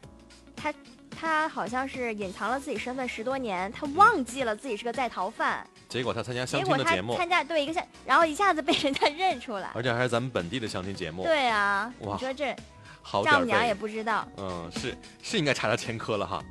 Speaker 4: 他他好像是隐藏了自己身份十多年，他忘记了自己是个在逃犯，
Speaker 3: 结果他参加嗯相
Speaker 4: 结
Speaker 3: 亲
Speaker 4: 果
Speaker 3: 的
Speaker 4: 他
Speaker 3: 节目，
Speaker 4: 参加对一个下，然后一下子被人家认出来。
Speaker 3: 而且还是咱们本地的相亲节目，
Speaker 4: 对啊，你
Speaker 3: 哇
Speaker 4: 说这
Speaker 3: 好点
Speaker 4: 丈
Speaker 3: 儿
Speaker 4: 母娘也
Speaker 3: 背，
Speaker 4: 不知道，
Speaker 3: 嗯，是是应该查查前科了哈。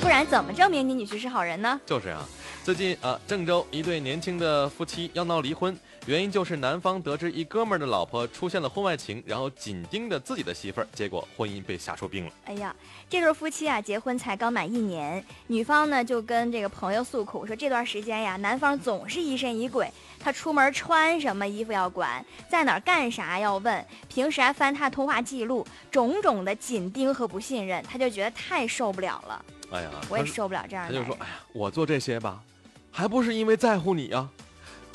Speaker 4: 不然怎么证明你女婿是好人呢？
Speaker 3: 就是啊，最近啊，郑州一对年轻的夫妻要闹离婚，原因就是男方得知一哥们儿的老婆出现了婚外情，然后紧盯着自己的媳妇儿，结果婚姻被吓出病了。
Speaker 4: 哎呀，这对夫妻啊，结婚才刚满一年，女方呢就跟这个朋友诉苦说，这段时间呀，男方总是疑神疑鬼，他出门穿什么衣服要管，在哪儿干啥要问，平时还翻他通话记录，种种的紧盯和不信任，他就觉得太受不了了，
Speaker 3: 哎呀，
Speaker 4: 我也
Speaker 3: 他
Speaker 4: 受不了这样
Speaker 3: 他
Speaker 4: 的
Speaker 3: 就
Speaker 4: 男
Speaker 3: 说哎
Speaker 4: 人。：“
Speaker 3: 哎呀，我做这些吧，还不是因为在乎你啊。”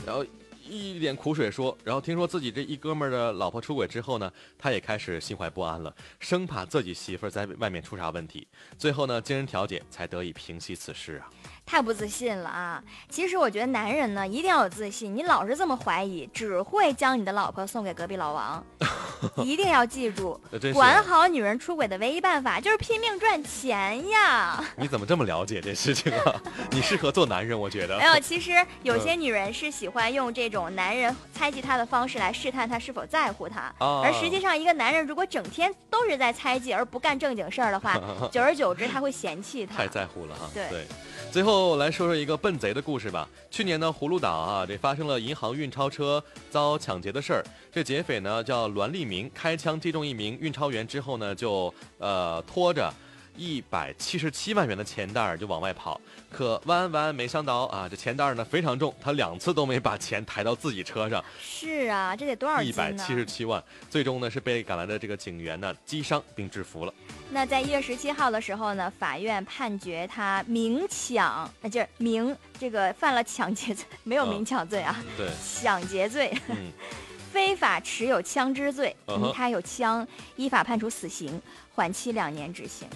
Speaker 3: 然后一脸苦水说，然后听说自己这一哥们儿的老婆出轨之后呢，他也开始心怀不安了，生怕自己媳妇儿在外面出啥问题。最后呢，经人调解才得以平息此事啊。
Speaker 4: 太不自信了啊！其实我觉得男人呢一定要有自信，你老是这么怀疑，只会将你的老婆送给隔壁 老王。一定要记住
Speaker 3: 那呃真，是
Speaker 4: 管好女人出轨的唯一办法就是拼命赚钱 呀！
Speaker 3: 你怎么这么了解这事情啊？ 你适合做男人，我觉得。
Speaker 4: 没有，哎其实
Speaker 3: 嗯
Speaker 4: 有些女人是喜欢用这种男人猜忌她的方式来试探她是否在乎她，
Speaker 3: 哦
Speaker 4: 而实际上，一个男人如果整天都是在猜忌而不干正经事儿 的话，久而久之他会嫌弃她
Speaker 3: 太。在乎了哈。
Speaker 4: 对
Speaker 3: 最后来说说一个笨贼的故事吧。去年呢，葫芦岛啊，这发生了银行运钞车遭抢劫的事儿。这劫匪呢叫栾立明，开枪击中一名运钞员之后呢，就呃拖着。一百七十七万元的钱袋儿就往外跑，可万万没想到啊，这钱袋儿呢非常重，他两次都没把钱抬到自己车上，
Speaker 4: 是啊，这得多少
Speaker 3: 一
Speaker 4: 斤
Speaker 3: 百
Speaker 4: 呢？
Speaker 3: 七十七万，最终呢是被赶来的这个警员呢击伤并制服了。
Speaker 4: 那在一月十七号的时候呢，法院判决他明抢，那就是明这个犯了抢劫罪， 没有
Speaker 3: 嗯
Speaker 4: 明抢罪啊，
Speaker 3: 对，
Speaker 4: 抢劫罪，
Speaker 3: 嗯，
Speaker 4: 非法持有枪支罪，
Speaker 3: 嗯哼
Speaker 4: 嗯他有枪，依法判处死刑，缓期两年执行。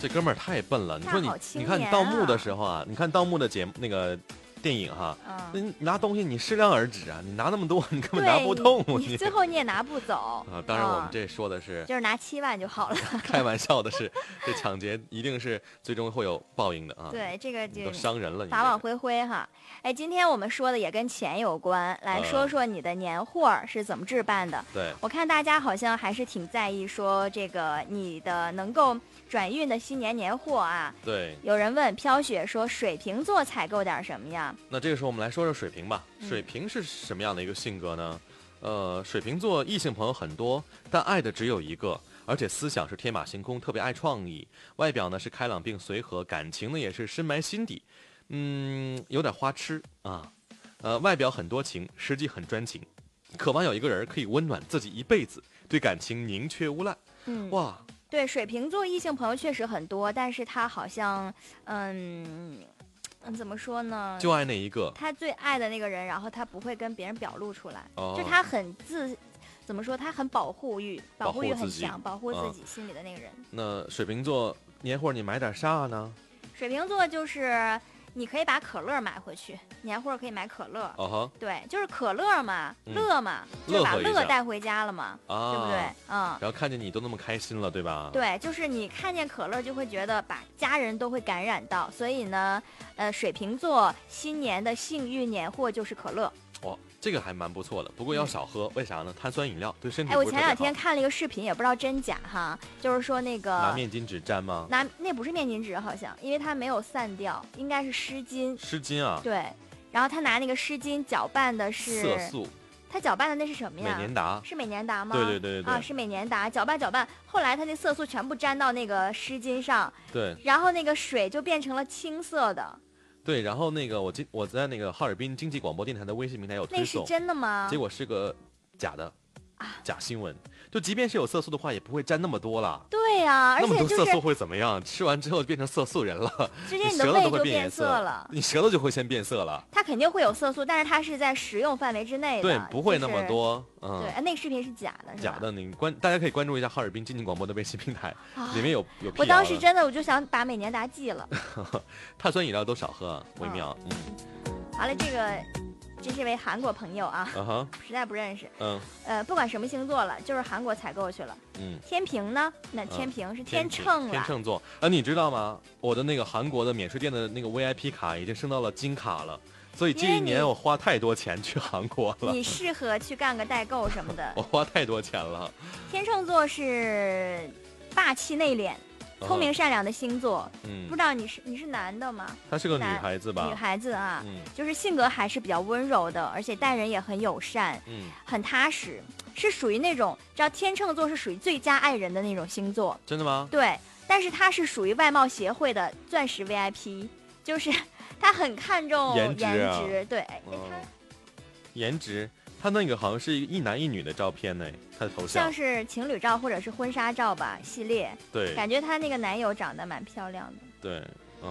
Speaker 3: 这哥们儿太笨了，你说你
Speaker 4: 大好，青
Speaker 3: 你
Speaker 4: 年
Speaker 3: 看盗墓的时候啊，你看盗墓的节目那个电影哈，那
Speaker 4: 嗯，
Speaker 3: 你拿东西你适量而止啊，你拿那么多你根本拿
Speaker 4: 对
Speaker 3: 不动
Speaker 4: 你你最后你也拿不走
Speaker 3: 啊。当然我们
Speaker 4: 啊
Speaker 3: 这说的是
Speaker 4: 就是拿七万就好了。
Speaker 3: 开玩笑的是，这抢劫一定是最终会有报应的啊。，
Speaker 4: 对，这个就
Speaker 3: 都伤人了，你
Speaker 4: 法
Speaker 3: 这
Speaker 4: 网恢恢哈。哎，今天我们说的也跟钱有关，来
Speaker 3: 嗯
Speaker 4: 说说你的年货儿是怎么置办的。
Speaker 3: 对。
Speaker 4: 我看大家好像还是挺在意说这个你的能够转运的新年年货啊。
Speaker 3: 对，
Speaker 4: 有人问飘雪说水瓶座采购点什么呀？
Speaker 3: 那这个时候我们来说说水瓶吧。
Speaker 4: 嗯
Speaker 3: 水瓶是什么样的一个性格呢？呃，水瓶座异性朋友很多，但爱的只有一个，而且思想是天马行空，特别爱创意，外表呢是开朗并随和，感情呢也是深埋心底，嗯，有点花痴啊，呃，外表很多情，实际很专情，渴望有一个人可以温暖自己一辈子，对感情宁缺毋滥。
Speaker 4: 嗯，
Speaker 3: 哇，
Speaker 4: 对，水瓶座异性朋友确实很多，但是他好像，嗯，嗯怎么说呢？
Speaker 3: 就爱那一个，
Speaker 4: 他最爱的那个人，然后他不会跟别人表露出来，
Speaker 3: 哦
Speaker 4: 就他很自，怎么说？他很保护欲，
Speaker 3: 保
Speaker 4: 保
Speaker 3: 护
Speaker 4: 欲
Speaker 3: 自
Speaker 4: 很
Speaker 3: 己
Speaker 4: 强，保护
Speaker 3: 嗯
Speaker 4: 自己心里的那个人。
Speaker 3: 那水瓶座年货你买点啥呢？
Speaker 4: 水瓶座就是你可以把可乐买回去，年货可以买可乐。
Speaker 3: 哦哈
Speaker 4: 对，就是可乐嘛，
Speaker 3: 嗯
Speaker 4: 乐嘛，就是把
Speaker 3: 乐呵一
Speaker 4: 乐
Speaker 3: 下
Speaker 4: 带回家了嘛，
Speaker 3: 啊，
Speaker 4: 对不对？嗯，
Speaker 3: 然后看见你都那么开心了，对吧？
Speaker 4: 对，就是你看见可乐就会觉得把家人都会感染到，所以呢，呃，水瓶座新年的幸运年货就是可乐。
Speaker 3: 哦，这个还蛮不错的，不过要少喝，为啥呢？碳酸饮料对身体
Speaker 4: 嗯哎，
Speaker 3: 不
Speaker 4: 我
Speaker 3: 是嗯
Speaker 4: 前
Speaker 3: 特别
Speaker 4: 两天
Speaker 3: 好
Speaker 4: 看了一个视频，也不知道真假哈，就是说那
Speaker 3: 拿
Speaker 4: 个
Speaker 3: 面巾纸沾吗？
Speaker 4: 拿那不是面巾纸，好像因为它没有散掉，应该是湿巾。
Speaker 3: 湿巾啊，
Speaker 4: 对，然后他拿那个湿巾搅拌的是
Speaker 3: 色素，
Speaker 4: 他搅拌的那是什么
Speaker 3: 美
Speaker 4: 呀？
Speaker 3: 年达，
Speaker 4: 是美年达吗？
Speaker 3: 对对对对对
Speaker 4: 啊，是美年达，搅拌搅拌，后来它那色素全部粘到那个湿巾上，
Speaker 3: 对
Speaker 4: 然后那个水就变成了青色的，
Speaker 3: 对。然后那个我今我在那个哈尔滨经济广播电台的微信平台有
Speaker 4: 那
Speaker 3: 推
Speaker 4: 是
Speaker 3: 送，
Speaker 4: 真的吗
Speaker 3: 结？果是个假的
Speaker 4: 啊。
Speaker 3: 假新闻，就即便是有色素的话，也不会沾那么多啦。
Speaker 4: 对呀、啊，而
Speaker 3: 那么
Speaker 4: 且
Speaker 3: 多
Speaker 4: 就
Speaker 3: 色
Speaker 4: 是
Speaker 3: 素会怎么样？吃完之后变成色素人 了，
Speaker 4: 直接
Speaker 3: 你
Speaker 4: 你的
Speaker 3: 舌头
Speaker 4: 胃
Speaker 3: 都会
Speaker 4: 就
Speaker 3: 变
Speaker 4: 变
Speaker 3: 颜
Speaker 4: 色了。
Speaker 3: 你舌头就会先变色了。
Speaker 4: 它肯定会有色素，但是它是在食用范围之内的，
Speaker 3: 对，不会那
Speaker 4: 就
Speaker 3: 么
Speaker 4: 是。
Speaker 3: 多。嗯
Speaker 4: 对，，哎那个视频是假的，是吧
Speaker 3: 假。的，你关大家可以关注一下哈尔滨经济广播的微信平台，
Speaker 4: 啊
Speaker 3: 里面有有辟
Speaker 4: 我当
Speaker 3: 谣
Speaker 4: 时
Speaker 3: 的
Speaker 4: 真的我就想把美年达戒了。
Speaker 3: 碳酸饮料都少喝啊，微妙。嗯
Speaker 4: 完了，这个这是位韩国朋友啊，
Speaker 3: 啊哈，
Speaker 4: 实在不认识。
Speaker 3: 嗯
Speaker 4: 呃，不管什么星座了，就是韩国采购去了。
Speaker 3: 嗯，
Speaker 4: 天平呢？那天平是天
Speaker 3: 秤
Speaker 4: 秤
Speaker 3: 啊天
Speaker 4: 了。
Speaker 3: 秤座啊，你知道吗？我的那个韩国的免税店的那个 VIP 卡已经升到了金卡了，所以这
Speaker 4: 因为
Speaker 3: 一
Speaker 4: 你
Speaker 3: 年我花太多钱去韩国了，嗯
Speaker 4: 你适合去干个代购什么的
Speaker 3: 我。花太多钱了。
Speaker 4: 天秤座是霸气内敛、聪明善良的星座。
Speaker 3: 啊嗯，
Speaker 4: 不知道你是你是男的吗？
Speaker 3: 她是个女
Speaker 4: 男
Speaker 3: 孩子
Speaker 4: 女
Speaker 3: 吧？
Speaker 4: 孩子啊，
Speaker 3: 嗯
Speaker 4: 就是性格还是比较温柔的，而且待人也很友善，
Speaker 3: 嗯，
Speaker 4: 很踏实，是属于那种知道天秤座是属于最佳爱人的那种星座。
Speaker 3: 真的吗？
Speaker 4: 对，但是他是属于外貌协会的钻石 VIP，就是 他很看重
Speaker 3: 颜值啊
Speaker 4: 值对，哎
Speaker 3: 嗯
Speaker 4: 他
Speaker 3: 颜值，她那个好像是一男一女的照片呢，她的头像
Speaker 4: 像是情侣照或者是婚纱照吧系列，
Speaker 3: 对
Speaker 4: 感觉他那个男友长得蛮漂亮的，
Speaker 3: 对。嗯，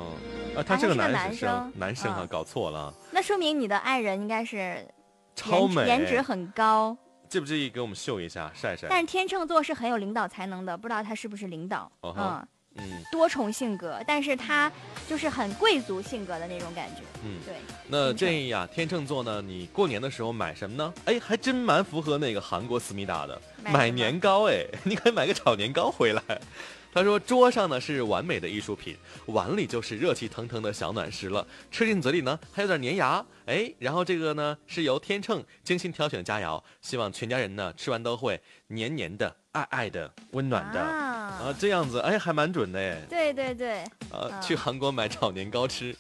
Speaker 3: 啊，他是
Speaker 4: 是
Speaker 3: 个
Speaker 4: 个
Speaker 3: 男
Speaker 4: 男
Speaker 3: 生
Speaker 4: 生，
Speaker 3: 男生啊，
Speaker 4: 嗯
Speaker 3: 搞错了啊，
Speaker 4: 那说明你的爱人应该是
Speaker 3: 超
Speaker 4: 颜值
Speaker 3: 美，
Speaker 4: 颜值很高，
Speaker 3: 介不介意给我们秀一下，晒晒？
Speaker 4: 但是天秤座是很有领导才能的，不知道他是不是领导，
Speaker 3: 哦吼
Speaker 4: 嗯，
Speaker 3: 嗯
Speaker 4: 多重性格，但是他就是很贵族性格的那种感觉，
Speaker 3: 嗯，
Speaker 4: 对，
Speaker 3: 那
Speaker 4: 天秤
Speaker 3: 建议啊，天秤座呢，你过年的时候买什么呢？哎，还真蛮符合那个韩国思密达的，
Speaker 4: 买
Speaker 3: 买
Speaker 4: 什么
Speaker 3: 年糕哎， 你可以买个炒年糕回来。他说：“桌上呢是完美的艺术品，碗里就是热气腾腾的小暖食了。吃进嘴里呢还有点粘牙，哎，然后这个呢是由天秤精心挑选佳肴，希望全家人呢吃完都会黏黏的、爱爱的、温暖的啊
Speaker 4: 啊，
Speaker 3: 这样子哎还蛮准的哎
Speaker 4: 对对对，
Speaker 3: 啊！
Speaker 4: 啊
Speaker 3: 去韩国买炒年糕 吃，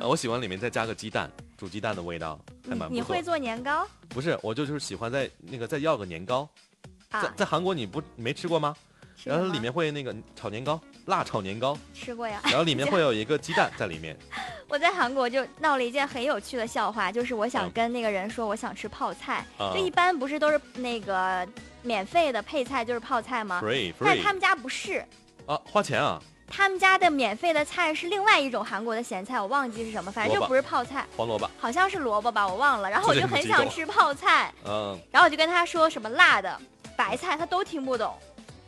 Speaker 3: 啊、我喜欢里面再加个鸡蛋，煮鸡蛋的味道还
Speaker 4: 你
Speaker 3: 蛮
Speaker 4: 你
Speaker 3: 不错
Speaker 4: 会。做年糕
Speaker 3: 不是，我就是喜欢在那个再要个年糕，在
Speaker 4: 啊？
Speaker 3: 在韩国你不没吃过吗？
Speaker 4: 吃
Speaker 3: 然
Speaker 4: 过啊
Speaker 3: 后
Speaker 4: 吗
Speaker 3: 里面会那个炒年糕，辣炒年 糕，
Speaker 4: 吃过呀。
Speaker 3: 然后里面会有一个鸡蛋在里面。
Speaker 4: 我在韩国就闹了一件很有趣的笑话，就是我想
Speaker 3: 嗯
Speaker 4: 跟那个人说我想吃泡菜，
Speaker 3: 啊
Speaker 4: 就一般不是都是那个免费的配菜就是泡菜吗？
Speaker 3: free
Speaker 4: 但是啊他
Speaker 3: free
Speaker 4: 们家不是，
Speaker 3: 啊，花钱啊，
Speaker 4: 他们家的免费的菜是另外一种韩国的咸菜，我忘记是什么，反正
Speaker 3: 萝
Speaker 4: 就
Speaker 3: 卜
Speaker 4: 不是泡菜，
Speaker 3: 黄萝卜，
Speaker 4: 好像是萝卜吧，我忘了。然后我
Speaker 3: 这
Speaker 4: 就
Speaker 3: 就很
Speaker 4: 很
Speaker 3: 激
Speaker 4: 想
Speaker 3: 动
Speaker 4: 吃泡菜，
Speaker 3: 嗯，
Speaker 4: 然后我就跟他说什么辣的、白菜，他都听不懂。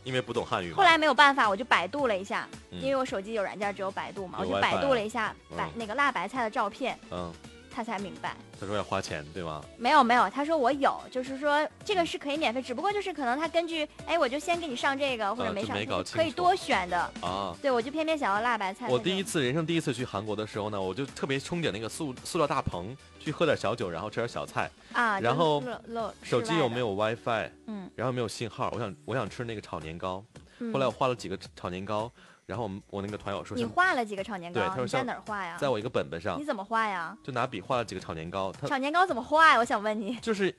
Speaker 3: 因为不懂汉语嘛。
Speaker 4: 后来没有办法，我就百度了一下，
Speaker 3: 嗯
Speaker 4: 因为我手机有软件只有百度嘛，我
Speaker 3: 有
Speaker 4: 就
Speaker 3: WiFi
Speaker 4: 百度
Speaker 3: 啊
Speaker 4: 了一下白、
Speaker 3: 嗯
Speaker 4: 那个辣白菜的照片，
Speaker 3: 嗯，
Speaker 4: 他才明白。
Speaker 3: 他说要花钱对吗？
Speaker 4: 没有没有，他说我有，就是说
Speaker 3: 嗯
Speaker 4: 这个是可以免费，只不过就是可能他根据，哎，我就先给你上这个或者
Speaker 3: 啊
Speaker 4: 没
Speaker 3: 就
Speaker 4: 上，
Speaker 3: 没搞清
Speaker 4: 可以
Speaker 3: 楚
Speaker 4: 多选的。
Speaker 3: 啊，
Speaker 4: 对，我就偏偏想要辣白菜。
Speaker 3: 我第一，次人生第一次去韩国的时候呢，我就特别憧憬那个塑塑料大棚，去喝点小酒，然后吃点小菜。
Speaker 4: 啊，
Speaker 3: 然后
Speaker 4: 就是露露
Speaker 3: 手机有没
Speaker 4: 有？
Speaker 3: 有 WiFi？
Speaker 4: 嗯，
Speaker 3: 然后没有信号，我想我想吃那个炒年糕。
Speaker 4: 嗯
Speaker 3: 后来我画了几个炒年糕，然后我们我那个团友说
Speaker 4: 你
Speaker 3: 是
Speaker 4: 画了几个炒年
Speaker 3: 对
Speaker 4: 糕
Speaker 3: 他？说
Speaker 4: 你在
Speaker 3: 像
Speaker 4: 哪儿画呀？
Speaker 3: 在我一个本本上
Speaker 4: 你怎么画呀？
Speaker 3: 就拿笔画了几个炒年糕，他
Speaker 4: 炒年糕怎么画呀？我想问你，
Speaker 3: 就是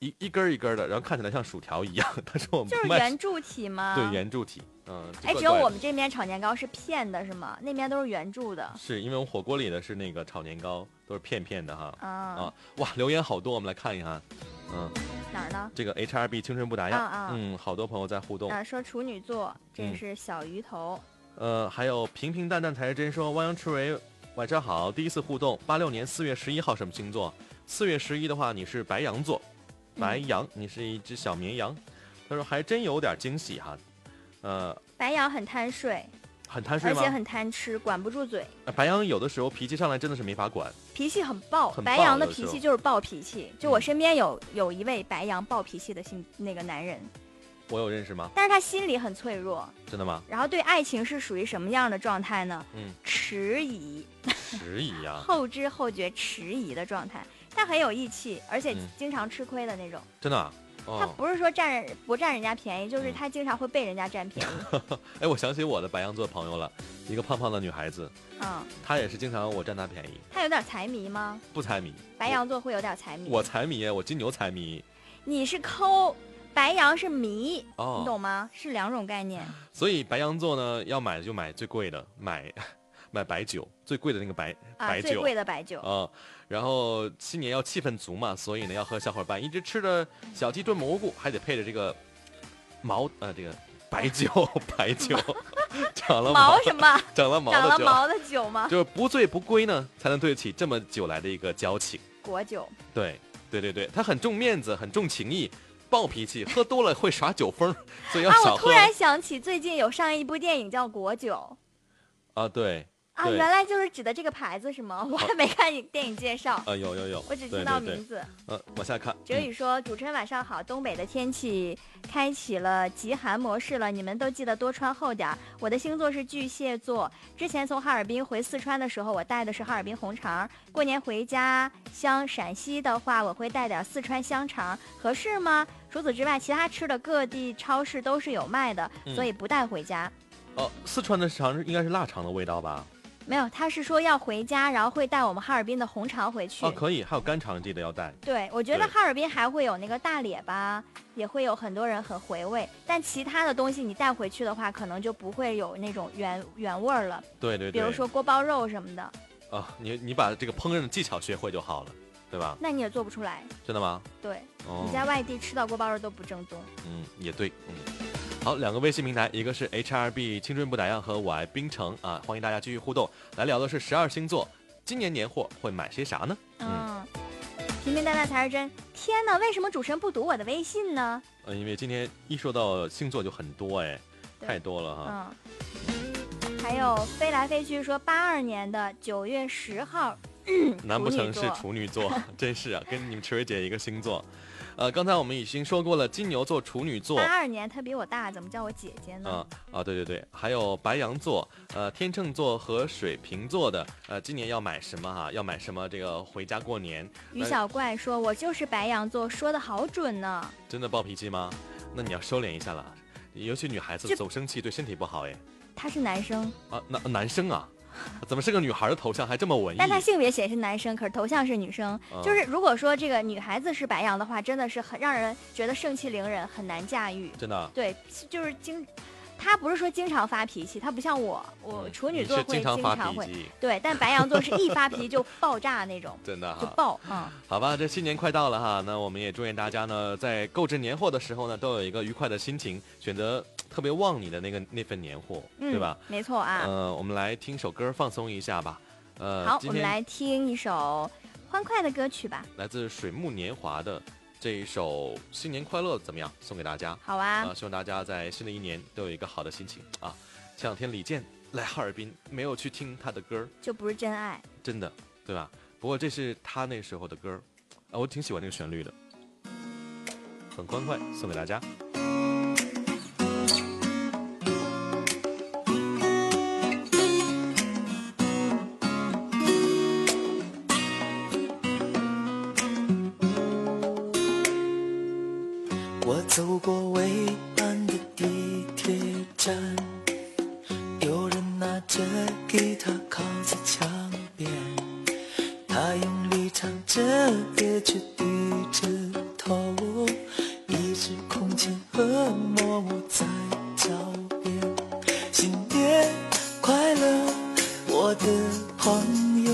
Speaker 3: 一一根儿一根儿的，然后看起来像薯条一样。 他说我们
Speaker 4: 就
Speaker 3: 不
Speaker 4: 是
Speaker 3: 卖
Speaker 4: 圆柱体吗？
Speaker 3: 对。圆柱体，嗯，就
Speaker 4: 哎，
Speaker 3: 怪
Speaker 4: 只有
Speaker 3: 怪
Speaker 4: 我
Speaker 3: 的
Speaker 4: 们这边炒年糕是片的，是吗？那边都是圆柱的。
Speaker 3: 是因为我火锅里的是那个炒年糕，都是片片的哈。
Speaker 4: 啊
Speaker 3: 啊，，哇，留言好多，我们来看一看。嗯，
Speaker 4: 哪儿呢？
Speaker 3: 这个 HRB 青春不打烊，
Speaker 4: 啊啊
Speaker 3: 嗯，好多朋友在互动。
Speaker 4: 啊，说处女座，这
Speaker 3: 嗯
Speaker 4: 是小鱼头。
Speaker 3: 呃，还有平平淡淡才是真说，汪洋赤为晚上好，第一次互动，八六年四月十一号什么星座？四月十一的话，你是白羊座，
Speaker 4: 嗯
Speaker 3: 白羊，你是一只小绵羊。他说还真有点惊喜哈，呃，
Speaker 4: 白羊很贪睡，
Speaker 3: 很贪睡
Speaker 4: 而
Speaker 3: 吗
Speaker 4: 且？很贪吃，管不住嘴，
Speaker 3: 呃白羊有的时候脾气上来真的是没法管，
Speaker 4: 脾气很暴。
Speaker 3: 很
Speaker 4: 白
Speaker 3: 暴
Speaker 4: 羊的
Speaker 3: 有时
Speaker 4: 脾气
Speaker 3: 候嗯
Speaker 4: 就是暴脾气。就我身边有有一位白羊暴脾气的性那个男人，
Speaker 3: 我有认识吗？
Speaker 4: 但是他心里很脆弱，
Speaker 3: 真的吗？
Speaker 4: 然后对爱情是属于什么样的状态呢？
Speaker 3: 嗯，
Speaker 4: 迟疑，
Speaker 3: 迟疑啊呀，
Speaker 4: 后知后觉迟疑的状态。但很有义气，而且
Speaker 3: 嗯
Speaker 4: 经常吃亏的那种。
Speaker 3: 真的啊、
Speaker 4: 他
Speaker 3: 哦，
Speaker 4: 不是说占人不占人家便宜，就是
Speaker 3: 嗯
Speaker 4: 他经常会被人家占便 宜。
Speaker 3: 哎，我想起我的白羊座朋友了，一个胖胖的女孩子，
Speaker 4: 嗯，
Speaker 3: 她也是经常我占她便宜，
Speaker 4: 他有点财迷吗？
Speaker 3: 不财迷，
Speaker 4: 白羊座会有点财迷。
Speaker 3: 我财迷，我金牛财迷
Speaker 4: 你是抠，白羊是迷，
Speaker 3: 哦，
Speaker 4: 你懂吗？是两种 概念。啊
Speaker 3: 所以白羊座呢，要买就买最贵的，买 买白酒，最贵的那个白、
Speaker 4: 啊，
Speaker 3: 白
Speaker 4: 最
Speaker 3: 酒
Speaker 4: 贵的白酒。
Speaker 3: 啊、然后新年要气氛足嘛，所以呢要和小伙伴一直吃着小鸡炖蘑菇，还得配着这个毛呃这个白酒 白 酒，长了
Speaker 4: 毛
Speaker 3: 毛
Speaker 4: 什么？
Speaker 3: 长了毛
Speaker 4: 长
Speaker 3: 的
Speaker 4: 了
Speaker 3: 酒，
Speaker 4: 毛的 酒吗？
Speaker 3: 就是不醉不归呢，才能对得起这么久来的一个交情。
Speaker 4: 果酒。
Speaker 3: 对对对对，他很重面子，很重情义。暴脾气，喝多了会耍酒疯 儿，所以要
Speaker 4: 啊，
Speaker 3: 少
Speaker 4: 我突
Speaker 3: 喝。
Speaker 4: 然想起最近有上映一部电影叫《果酒
Speaker 3: 啊，对，》
Speaker 4: 啊，
Speaker 3: 对
Speaker 4: 原来就是指的这个牌子是吗？我还没看电影 介绍，
Speaker 3: 啊，有有有，
Speaker 4: 我只
Speaker 3: 对
Speaker 4: 听到
Speaker 3: 对对
Speaker 4: 名字。
Speaker 3: 呃，往下看，
Speaker 4: 哲宇说：“主持人晚上好，东北的天气开启了极寒模式了，你们都记得多穿厚点儿。我的星座是巨蟹座，之前从哈尔滨回四川的时候，我带的是哈尔滨红肠儿。过年回家乡陕西的话，我会带点儿四川香肠，合适吗？除此之外，其他吃的各地超市都是有卖的，
Speaker 3: 嗯
Speaker 4: 所以不带回家。
Speaker 3: 哦，四川的肠应该是腊肠的味道吧？
Speaker 4: 没有，他是说要回家，然后会带我们哈尔滨的红肠回去。
Speaker 3: 哦，可以，还有干肠记得要带。
Speaker 4: 对，我觉得
Speaker 3: 对
Speaker 4: 哈尔滨还会有那个大列巴，也会有很多人很回味。但其他的东西你带回去的话，可能就不会有那种原原味儿了，
Speaker 3: 对对对，
Speaker 4: 比如说锅包肉什么的，
Speaker 3: 啊，你你把这个烹饪的技巧学会就好了，对吧？
Speaker 4: 那你也做不出来。
Speaker 3: 真的吗？
Speaker 4: 对，
Speaker 3: 哦
Speaker 4: 你，在外地吃到锅包肉都不正宗。
Speaker 3: 嗯，也对，嗯。好，两个微信平台，一个是 HRB 青春不打烊和我爱冰城啊，欢迎大家继续互动。来聊的是十二星座，今年年货会买些啥呢？嗯
Speaker 4: 嗯，平平淡淡才是真。天哪，为什么主持人不读我的微信呢？
Speaker 3: 呃，因为今天一说到星座就很多哎，
Speaker 4: 对
Speaker 3: 太多了哈。
Speaker 4: 嗯，还有飞来飞去说八二年的九月十号，
Speaker 3: 哦难不成是
Speaker 4: 处
Speaker 3: 处女座？ 真是啊，跟你们池蕊姐一个星座。呃，刚才我们已经说过了，金牛座、处女座。
Speaker 4: 八二年，他比我大，怎么叫我姐姐呢？
Speaker 3: 啊啊，对对对，还有白羊座、呃天秤座和水瓶座的，呃，今年要买什么哈、要买什么？这个回家过年，
Speaker 4: 于小怪说：“我就是白羊座，说的好准呢。
Speaker 3: 真的暴脾气吗？那你要收敛一下了，尤其女孩子
Speaker 4: 这
Speaker 3: 总生气对身体不好哎。”
Speaker 4: 他是男生，
Speaker 3: 啊，男男生啊，怎么是个女孩的头像还这么文艺？
Speaker 4: 但他性别显示男生，可是头像是女生。
Speaker 3: 嗯
Speaker 4: 就是如果说这个女孩子是白羊的话，真的是很让人觉得盛气凌人，很难驾驭。
Speaker 3: 真的啊，
Speaker 4: 对，就是经，他不是说经常发脾气，他不像我，我
Speaker 3: 嗯
Speaker 4: 处女
Speaker 3: 你
Speaker 4: 座
Speaker 3: 是
Speaker 4: 会
Speaker 3: 经常发
Speaker 4: 常
Speaker 3: 脾
Speaker 4: 会，
Speaker 3: 气，
Speaker 4: 对，但白羊座是一发脾 气就爆炸那种，
Speaker 3: 真的哈、
Speaker 4: 就爆，嗯，
Speaker 3: 好吧，这新年快到了哈，那我们也祝愿大家呢，在购置年货的时候呢，都有一个愉快的心情，选择特别旺你的那个那份年货，
Speaker 4: 嗯
Speaker 3: 对吧？？
Speaker 4: 没错啊。
Speaker 3: 呃，我们来听首歌放松一下吧。呃，
Speaker 4: 好，
Speaker 3: 今
Speaker 4: 我
Speaker 3: 天
Speaker 4: 们来听一首欢快的歌曲吧，
Speaker 3: 来自水木年华的这一首《新年快乐》，怎么样？送给大家
Speaker 4: 好啊
Speaker 3: 啊、。希望大家在新的一年都有一个好的心情啊。前两天李健来哈尔滨，没有去听他的歌儿，
Speaker 4: 就不是真爱。
Speaker 3: 真的，对吧？不过这是他那时候的歌儿啊，我挺喜欢这个旋律的，很欢快，送给大家。
Speaker 6: 我走过尾班的地铁站，有人拿着吉他靠在墙边，他用力唱着，也却低着头，一直空气和默默在照遍。新年快乐，我的朋友，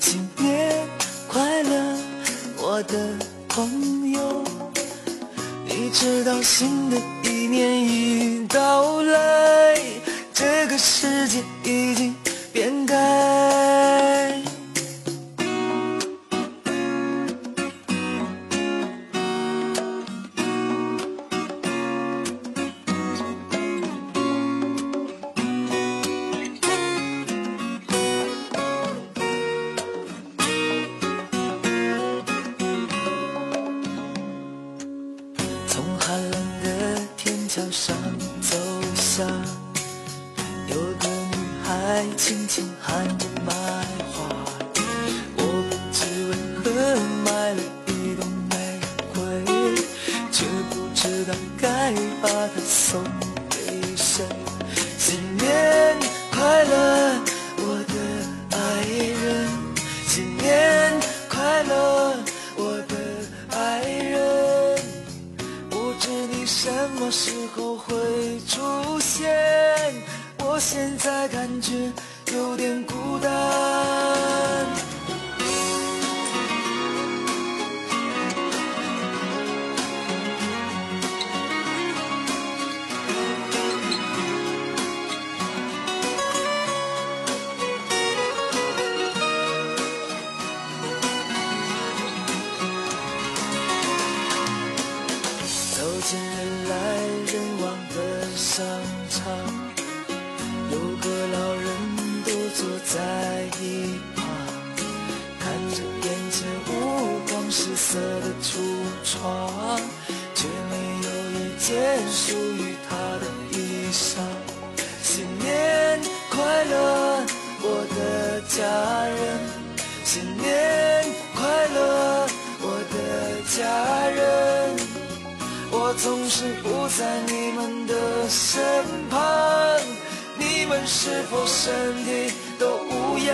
Speaker 6: 新年快乐，我的朋友。你知道新的一年已到来，这个世界已经变改。从寒冷的天桥上走下，有个女孩轻轻喊着卖花，我不知为何买了一朵玫瑰，却不知道该把它送给谁。新年快乐，我的爱人！新年快乐，我的爱人！不知你什么时候会出现，我现在感觉有点孤单。走进人来人往的商场，有个老人独坐在一旁，看着眼前五光十色的橱窗，却没有一件属于他的衣裳。新年快乐，我的家人！新年快乐，我的家人！我总是不在你们的身旁，你们是否身体都无恙？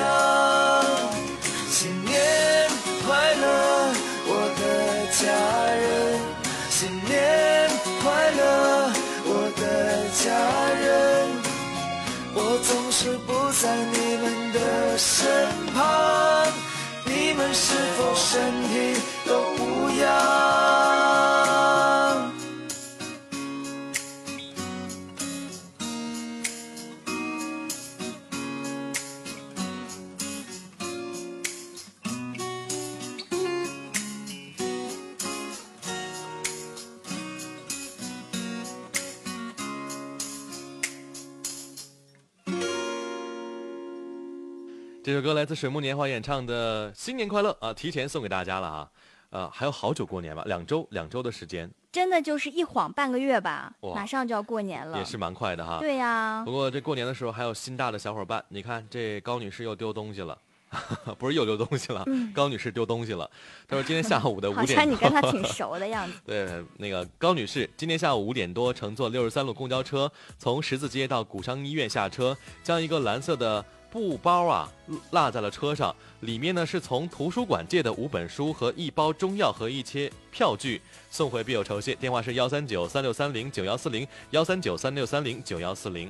Speaker 6: 新年快乐，我的家人！新年快乐，我的家人！我总是不在你们的身旁，你们是否身体都无恙？
Speaker 3: 这首歌来自水木年华演唱的《新年快乐》啊，提前送给大家了啊。呃，还有好久过年吧，两周两周的时间
Speaker 4: 真的就是一晃半个月吧，
Speaker 3: 哇
Speaker 4: 马上就要过年了。
Speaker 3: 也是蛮快的哈。
Speaker 4: 对啊呀、
Speaker 3: 不过这过年的时候还有新大的小伙伴，你看这高女士又丢东西了， 不是又丢东西了，高女士丢东西了。她说今天下午的五
Speaker 4: 嗯好像
Speaker 3: 点
Speaker 4: 你跟他
Speaker 3: 多，。
Speaker 4: 挺熟的样子
Speaker 3: 对，那个高女士今天下午五点多乘坐六十三路公交车从十字街到古商医院下车，将一个蓝色的布包啊落在了车上，里面呢是从图书馆借的五本书和一包中药和一些票据，送回必有酬谢。电话是幺三九三六三零九幺四零幺三九三六三零九幺四零。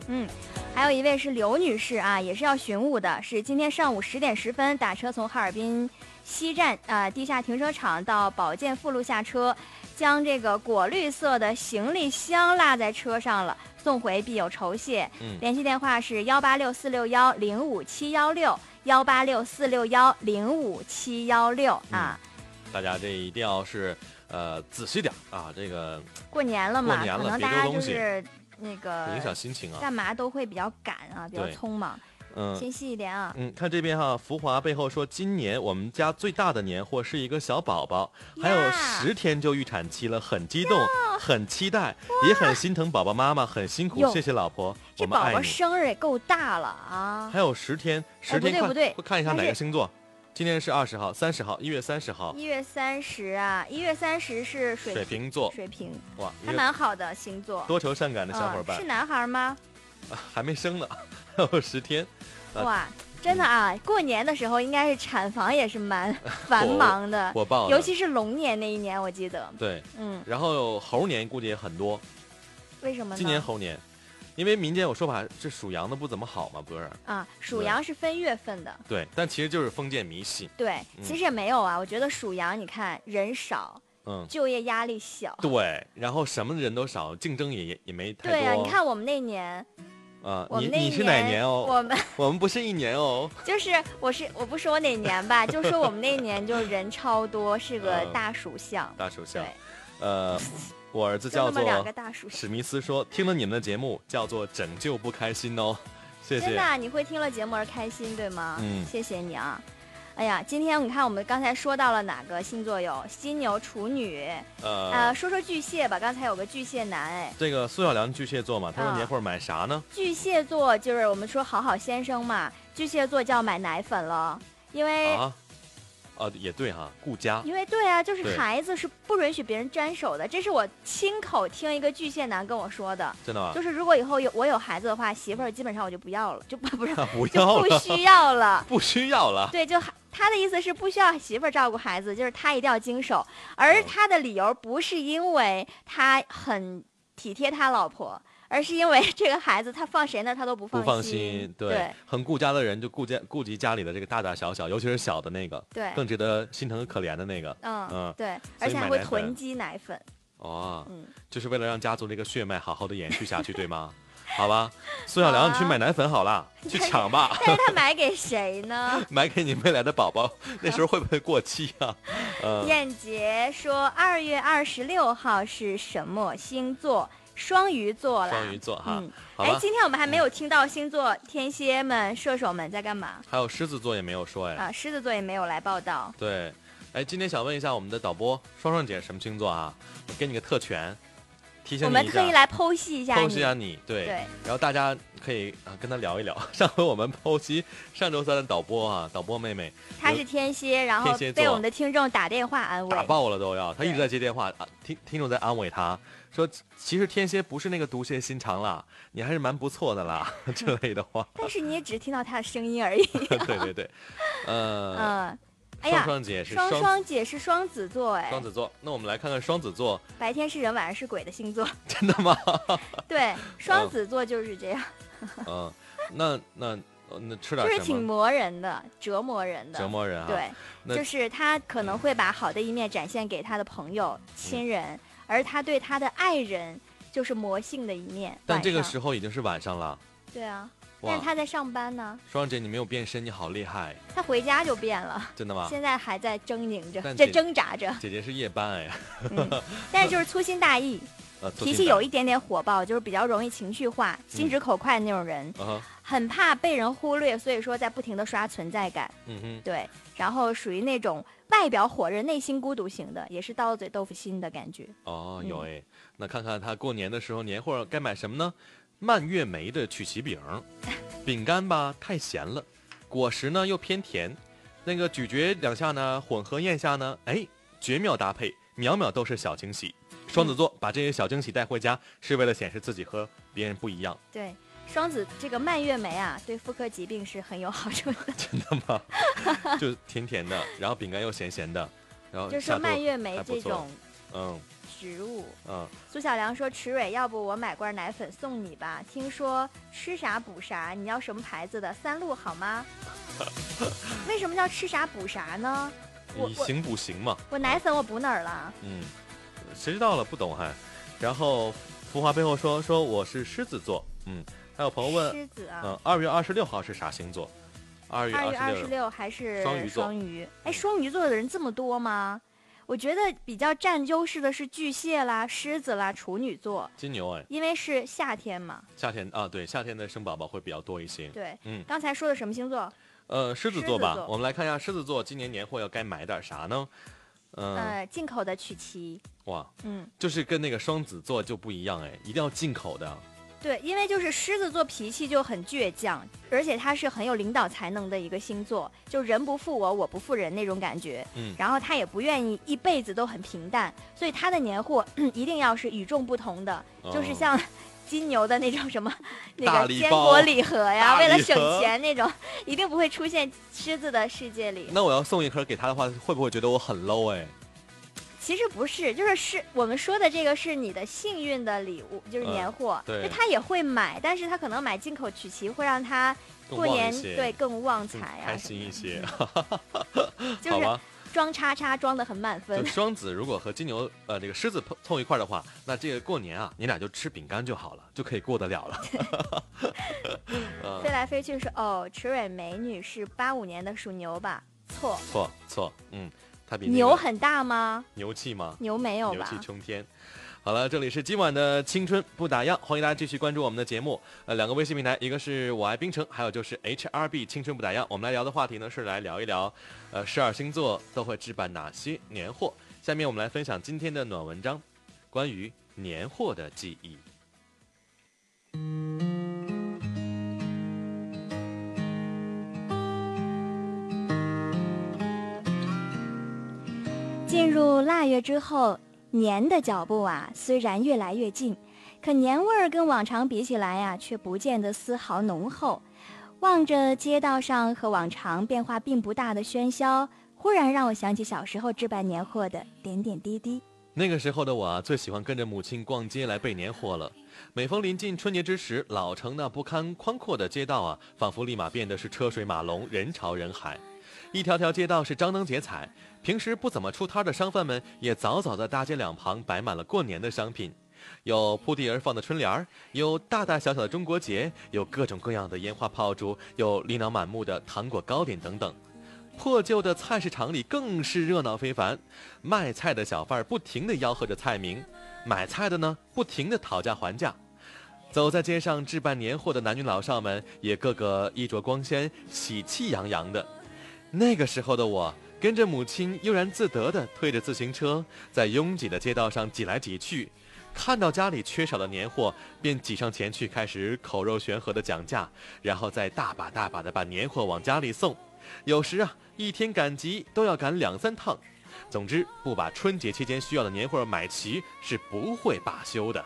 Speaker 4: 还有一位是刘女士啊，也是要寻物的，是今天上午十点十分打车从哈尔滨西站啊、呃地下停车场到保健附路下车，将这个果绿色的行李箱落在车上了，送回必有酬谢。
Speaker 3: 嗯
Speaker 4: 联系电话是幺八六四六幺零五七幺六幺八六四六幺零五七幺六
Speaker 3: 嗯
Speaker 4: 啊。
Speaker 3: 大家这一定要是呃仔细点儿啊，这个
Speaker 4: 过年了
Speaker 3: 过
Speaker 4: 嘛，
Speaker 3: 年了
Speaker 4: 可能
Speaker 3: 别
Speaker 4: 大
Speaker 3: 丢
Speaker 4: 家
Speaker 3: 东
Speaker 4: 就
Speaker 3: 西
Speaker 4: 是那个
Speaker 3: 很影响心情啊。
Speaker 4: 干嘛都会比较赶啊，比较
Speaker 3: 对
Speaker 4: 匆忙，
Speaker 3: 嗯
Speaker 4: 心细一点啊。
Speaker 3: 嗯，看这边哈，福华背后说，今年我们家最大的年货是一个小宝宝，还有
Speaker 4: 呀
Speaker 3: 十天就预产期了，很激动，很期待，也很心疼宝宝妈妈，很辛苦，
Speaker 4: 哟
Speaker 3: 谢谢老婆，
Speaker 4: 这
Speaker 3: 我们
Speaker 4: 宝
Speaker 3: 爱
Speaker 4: 宝
Speaker 3: 你。
Speaker 4: 生日也够大了啊！
Speaker 3: 还有十天，十天
Speaker 4: 不对
Speaker 3: 快
Speaker 4: 不对
Speaker 3: 快看一下
Speaker 4: 还
Speaker 3: 哪个
Speaker 4: 是
Speaker 3: 星座，今天是二十号、三十号，一月三十号
Speaker 4: 一，月三十啊，一月三十是水
Speaker 3: 水瓶座，
Speaker 4: 水瓶
Speaker 3: 哇，一
Speaker 4: 还
Speaker 3: 个
Speaker 4: 蛮好的星座。
Speaker 3: 多愁善感的小伙
Speaker 4: 嗯，
Speaker 3: 伴
Speaker 4: 是，男孩吗？
Speaker 3: 还没生呢， 还有十天。呃嗯
Speaker 4: 哇，真的啊，过年的时候应该是产房也是蛮繁忙 的，
Speaker 3: 火爆的，
Speaker 4: 啊尤其是龙年那一年，我记得，
Speaker 3: 对，
Speaker 4: 嗯，
Speaker 3: 然后猴年估计也很多，
Speaker 4: 为什么呢？
Speaker 3: 今年猴年，因为民间有说法，这属羊的不怎么好嘛，不是？
Speaker 4: 啊，属
Speaker 3: 对
Speaker 4: 羊是分月份的，
Speaker 3: 对，但其实就是封建迷信，
Speaker 4: 对，
Speaker 3: 嗯
Speaker 4: 其实也没有啊。我觉得属羊，你看人少，
Speaker 3: 嗯，
Speaker 4: 就业压力小。
Speaker 3: 对，然后什么人都少，竞争也也也没太多。
Speaker 4: 对呀、啊你看我们那年，
Speaker 3: 啊，
Speaker 4: 我
Speaker 3: 你
Speaker 4: 们那一
Speaker 3: 你是哪年哦？
Speaker 4: 我们
Speaker 3: 我们不是一年哦，
Speaker 4: 就是我是我不说哪年吧，就说我们那年就人超多，是个
Speaker 3: 嗯
Speaker 4: 大属相，
Speaker 3: 大首相
Speaker 4: 对，
Speaker 3: 呃，我儿子
Speaker 4: 就
Speaker 3: 叫
Speaker 4: 那么
Speaker 3: 做
Speaker 4: 两个大属相。
Speaker 3: 史密斯说，听了你们的节目叫做《拯救不开心》哦，谢
Speaker 4: 真
Speaker 3: 谢
Speaker 4: 的。啊、你会听了节目而开心，对吗？
Speaker 3: 嗯
Speaker 4: 谢谢你啊。哎呀，今天你看我们刚才说到了哪个星座有金牛、处女，呃，
Speaker 3: 呃，
Speaker 4: 说说巨蟹吧。刚才有个巨蟹男，哎，
Speaker 3: 这个苏小良巨蟹座嘛，他说
Speaker 4: 啊
Speaker 3: 年货买啥呢？
Speaker 4: 巨蟹座就是我们说好好先生嘛，巨蟹座就要买奶粉了，因为、
Speaker 3: 啊，啊，也对哈，顾家。
Speaker 4: 因为对啊，哎就是
Speaker 3: 对
Speaker 4: 孩子是不允许别人沾手的，这是我亲口听一个巨蟹男跟我说的，
Speaker 3: 真的吗？
Speaker 4: 就是如果以后有我有孩子的话，媳妇儿基本上我就不要了，就不 不是
Speaker 3: 啊不
Speaker 4: 就
Speaker 3: 要
Speaker 4: 不
Speaker 3: 了，
Speaker 4: 需要了。
Speaker 3: 不需要了。
Speaker 4: 对，就他的意思是不需要媳妇儿照顾孩子，就是他一定要经手，而
Speaker 3: 嗯
Speaker 4: 他的理由不是因为他很体贴他老婆，而是因为 这个孩子他放谁那儿他都不
Speaker 3: 不
Speaker 4: 放
Speaker 3: 放心，对，
Speaker 4: 对
Speaker 3: 很顾家的人就顾家顾及家里的这个大大小小，尤其是小的那个，
Speaker 4: 对
Speaker 3: 更值得心疼和可怜的那个。
Speaker 4: 嗯，
Speaker 3: 嗯
Speaker 4: 对，
Speaker 3: 所
Speaker 4: 而
Speaker 3: 以
Speaker 4: 且
Speaker 3: 买
Speaker 4: 还会
Speaker 3: 奶粉
Speaker 4: 囤积奶粉。
Speaker 3: 哦，
Speaker 4: 嗯
Speaker 3: 就是为了让家族这个血脉好好的延续下去，对 吗？好吧，苏小良，你去买奶粉好啦，
Speaker 4: 啊
Speaker 3: 去抢 吧，
Speaker 4: 但是他买给谁呢？
Speaker 3: 买给你未来的宝宝，那时候会不会过期啊？嗯、
Speaker 4: 燕杰说，二月二十六号是什么星座？双鱼座啦。
Speaker 3: 双鱼座哈，
Speaker 4: 嗯，
Speaker 3: 好
Speaker 4: 哎
Speaker 3: 吧，，
Speaker 4: 今天我们还没有听到星座，天蝎们、射手们在干嘛
Speaker 3: 还有狮子座也没有说哎，
Speaker 4: 啊？狮子座也没有来报道。
Speaker 3: 对，哎，今天想问一下我们的导播双双姐什么星座啊？我给你个特权，提醒
Speaker 4: 我
Speaker 3: 你
Speaker 4: 们
Speaker 3: 一
Speaker 4: 特
Speaker 3: 下
Speaker 4: 意。来剖析一下
Speaker 3: 剖
Speaker 4: 你
Speaker 3: 析一下你，对，
Speaker 4: 对
Speaker 3: 然后大家可以啊、跟他聊一 聊。上回我们剖析上周三的导播啊，导播妹妹
Speaker 4: 他是天蝎，然后
Speaker 3: 天蝎座
Speaker 4: 被我们的听众打电话安
Speaker 3: 打
Speaker 4: 慰。
Speaker 3: 爆了都要，她一直
Speaker 4: 对
Speaker 3: 在接电话，啊、听听众在安慰她说，其实天蝎不是那个毒蝎心肠啦，你还是蛮不错的啦 之类的 话。
Speaker 4: 但是你也只听到他的声音而已。
Speaker 3: 对对对，呃，
Speaker 4: 嗯，哎
Speaker 3: 双
Speaker 4: 呀，
Speaker 3: 双姐是
Speaker 4: 双
Speaker 3: 双
Speaker 4: 双姐是双子座，哎，
Speaker 3: 双子座，那我们来看看双子座，
Speaker 4: 白天是人，晚上是鬼的星座。
Speaker 3: 真的吗？
Speaker 4: 对，双子座就是这样，
Speaker 3: 嗯、那那呃那吃点
Speaker 4: 就是
Speaker 3: 什
Speaker 4: 挺
Speaker 3: 么？
Speaker 4: 磨人的，折磨人的。
Speaker 3: 折磨人啊！
Speaker 4: 对，
Speaker 3: 那
Speaker 4: 就是他可能会把好的一面展现给他的朋
Speaker 3: 嗯
Speaker 4: 友、亲人，而他对他的爱人就是魔性的一面。
Speaker 3: 但这个
Speaker 4: 晚上
Speaker 3: 时候已经是晚上了，
Speaker 4: 对啊，但
Speaker 3: 哇
Speaker 4: 是！他在上班呢，
Speaker 3: 双双姐，你没有变身，你好厉害，
Speaker 4: 他回家就变了，
Speaker 3: 真的吗？
Speaker 4: 现在还在狰狞着，
Speaker 3: 啊但
Speaker 4: 这
Speaker 3: 这
Speaker 4: 挣扎着，嗯
Speaker 3: 姐姐是夜班哎，
Speaker 4: 但是就是粗心大意。
Speaker 3: 呃，做
Speaker 4: 脾
Speaker 3: 进
Speaker 4: 气
Speaker 3: 展
Speaker 4: 有一点点火爆，就是比较容易情绪化、心
Speaker 3: 嗯
Speaker 4: 直口快的那种人，
Speaker 3: 啊哈，
Speaker 4: 很怕被人忽略，所以说在不停的刷存在感。
Speaker 3: 嗯哼，
Speaker 4: 对，然后属于那种外表火热、内心孤独型的，也是刀子嘴豆腐心的感觉。
Speaker 3: 哦，
Speaker 4: 嗯
Speaker 3: 有哎，那看看他过年的时候年货该买什么呢？蔓越莓的曲奇 饼，饼干吧太咸了，果实呢又偏甜，那个咀嚼两下呢，混合咽下呢，哎，绝妙搭配，秒秒都是小惊喜。双子 座把这些小惊喜带回家，是为了显示自己和别人不一 样，
Speaker 4: 对，双子这个蔓越莓啊，对妇科疾病是很有 好处的，
Speaker 3: 真的吗？就甜甜的，然后饼干又咸咸的，然后
Speaker 4: 就是
Speaker 3: 下
Speaker 4: 蔓
Speaker 3: 肚
Speaker 4: 越莓
Speaker 3: 还不
Speaker 4: 这
Speaker 3: 错
Speaker 4: 种
Speaker 3: 嗯
Speaker 4: 植物。
Speaker 3: 嗯，
Speaker 4: 苏小良说：“池蕊，要不我买罐奶粉送你吧？听说吃啥补啥，你要什么牌子的？三鹿好吗？ 为什么叫吃啥补啥呢？我
Speaker 3: 以
Speaker 4: 我
Speaker 3: 形补形嘛。
Speaker 4: 我奶粉我补哪儿了？
Speaker 3: 嗯，谁知道了，不懂还。然后浮华背后说说我是狮子座，嗯，还有朋友问，
Speaker 4: 狮子啊，
Speaker 3: 嗯，二月二十六号是啥星座？二月
Speaker 4: 二月二
Speaker 3: 二
Speaker 4: 十
Speaker 3: 十六，
Speaker 4: 六还是
Speaker 3: 双鱼座嗯
Speaker 4: 双鱼？哎，双鱼座的人这么多吗？我觉得比较占优势的是巨蟹啦、狮子啦、处女座，
Speaker 3: 金牛哎，
Speaker 4: 因为是夏天嘛。
Speaker 3: 夏天啊，对，夏天的生宝宝会比较多一些。
Speaker 4: 对，
Speaker 3: 嗯
Speaker 4: 刚才说的什么星座？
Speaker 3: 呃，狮子座吧，
Speaker 4: 狮子座
Speaker 3: 我们来看一下狮子座今年年货要该买点啥呢？嗯、
Speaker 4: 呃，进口的曲奇，
Speaker 3: 哇，
Speaker 4: 嗯。”
Speaker 3: 就是跟那个双子座就不一样哎，一定要进口的。
Speaker 4: 对，因为就是狮子座脾气就很倔强，而且他是很有领导才能的一个星座，就人不负我，我不负人那种感觉。
Speaker 3: 嗯
Speaker 4: 然后他也不愿意一辈子都很平淡，所以他的年货 一定要是与众不同的，就是
Speaker 3: 哦
Speaker 4: 像 金牛的那种 什么那
Speaker 3: 大
Speaker 4: 个
Speaker 3: 礼
Speaker 4: 坚
Speaker 3: 包
Speaker 4: 果礼盒呀，
Speaker 3: 大
Speaker 4: 为了
Speaker 3: 礼
Speaker 4: 省
Speaker 3: 盒
Speaker 4: 钱那种，一定不会出现狮子的世界里。
Speaker 3: 那我要送一盒给他的话，会不会觉得我很 low 哎？
Speaker 4: 其实不是，就是是我们说的这个是你的幸运的礼物，就是
Speaker 3: 嗯
Speaker 4: 年货。
Speaker 3: 对
Speaker 4: 就他也会买，但是他可能买进口曲奇会让他
Speaker 3: 更
Speaker 4: 过
Speaker 3: 旺一
Speaker 4: 年
Speaker 3: 些
Speaker 4: 对更旺财
Speaker 3: 更
Speaker 4: 啊，
Speaker 3: 嗯开心一些，
Speaker 4: 就
Speaker 3: 好
Speaker 4: 是
Speaker 3: 吧？
Speaker 4: 装叉叉装的很满分
Speaker 3: 就。双子如果和金牛呃这个狮子碰凑一块儿的话，那这个过年啊，你俩就吃饼干就好了，就可以过得了 了。
Speaker 4: 飞来飞去说哦，池蕊美女是八五年的属牛吧？错，
Speaker 3: 错错，嗯，它比那个
Speaker 4: 牛很大吗？
Speaker 3: 牛气吗？
Speaker 4: 牛没有
Speaker 3: 牛
Speaker 4: 吧
Speaker 3: 气？冲天。好了，这里是今晚的青春不打烊，欢迎大家继续关注我们的节目。呃，两个微信平台，一个是我爱冰城，还有就是 HRB 青春不打烊。我们来聊的话题呢是来聊一聊，呃，十二星座都会置办哪些年货。下面我们来分享今天的暖文章，关于年货的记忆。
Speaker 4: 进入腊月之后，年的脚步啊，虽然越来越近，可年味儿跟往常比起来呀、却不见得丝毫浓厚。望着街道上和往常变化并不大的喧嚣，忽然让我想起小时候置办年货的点点滴滴。
Speaker 3: 那个时候的我啊，最喜欢跟着母亲逛街来备年货了。每逢临近春节之时，老城那不堪宽阔的街道啊，仿佛立马变得是车水马龙、人潮人海。一条条街道是张灯结彩，平时不怎么出摊的商贩们也早早在大街两旁摆满了过年的商品，有铺地而放的春联儿，有大大小小的中国结，有各种各样的烟花炮竹，有琳琅满目的糖果糕点等等。破旧的菜市场里更是热闹非凡，卖菜的小贩儿不停地吆喝着菜名，买菜的呢不停地讨价还价。走在街上置办年货的男女老少们也个个衣着光鲜，喜气洋洋的。那个时候的我，跟着母亲悠然自得地推着自行车，在拥挤的街道上挤来挤去。看到家里缺少的年货，便挤上前去，开始口若悬河的讲价，然后再大把大把的把年货往家里送。有时啊，一天赶集都要赶两三趟。总之，不把春节期间需要的年货买齐是不会罢休的。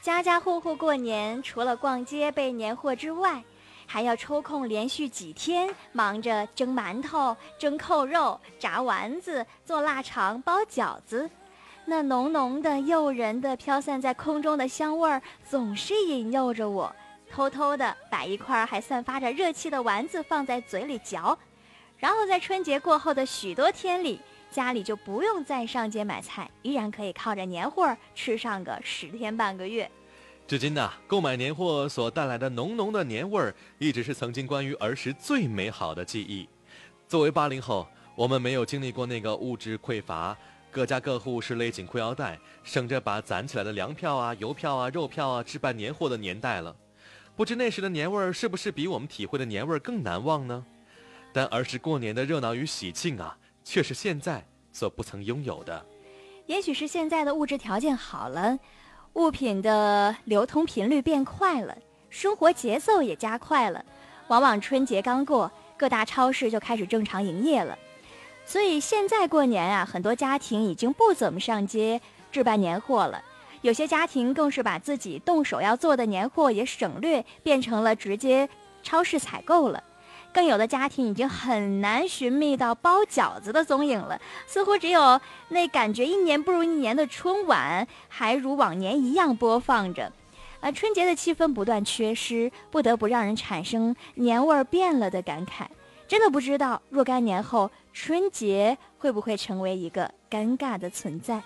Speaker 4: 家家户户过年，除了逛街备年货之外，还要抽空连续几天忙着蒸馒头、蒸扣肉、炸丸子、做腊肠、包饺子。那浓浓的、诱人的、飘散在空中的香味儿，总是引诱着我，偷偷的把一块还散发着热气的丸子放在嘴里嚼。然后在春节过后的许多天里，家里就不用再上街买菜，依然可以靠着年货儿吃上个十天半个月。
Speaker 3: 至今呐、购买年货所带来的浓浓的年味儿，一直是曾经关于儿时最美好的记忆。作为八零后，我们没有经历过那个物质匮乏、各家各户是勒紧裤腰带，省着把攒起来的粮票啊、油票啊、肉票啊置办年货的年代了。不知那时的年味儿是不是比我们体会的年味儿更难忘呢？但儿时过年的热闹与喜庆啊，却是现在所不曾拥有的。
Speaker 4: 也许是现在的物质条件好了，物品的流通频率变快了，生活节奏也加快了。往往春节刚过，各大超市就开始正常营业了。所以现在过年啊，很多家庭已经不怎么上街置办年货了，有些家庭更是把自己动手要做的年货也省略，变成了直接超市采购了。更有的家庭已经很难寻觅到包饺子的踪影了，似乎只有那感觉一年不如一年的春晚还如往年一样播放着。呃，春节的气氛不断缺失，不得不让人产生年味儿变了的感慨。真的不知道若干年后，春节会不会成为一个尴尬的存在？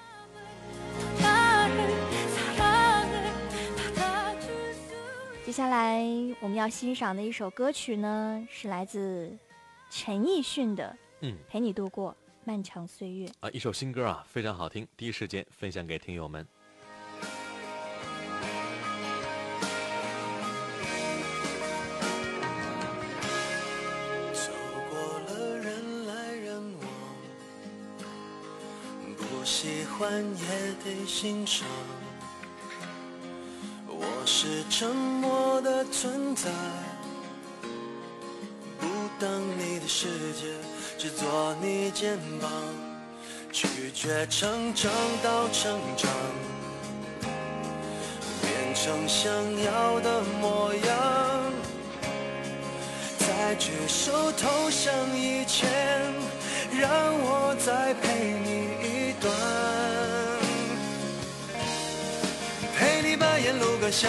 Speaker 7: 나를 사랑을 받아줄 수
Speaker 4: 接下来我们要欣赏的一首歌曲呢，是来自陈奕迅的《
Speaker 3: 嗯
Speaker 4: 陪你度过漫长岁月》。
Speaker 3: 啊，一首新歌啊，非常好听，第一时间分享给听友们。
Speaker 6: 走过了人来人往，不喜欢也得欣赏。我是沉默的存在，不当你的世界，只做你肩膀。拒绝成长到成长，变成想要的模样。再举手投降以前，让我再陪你一段，陪你把沿路感想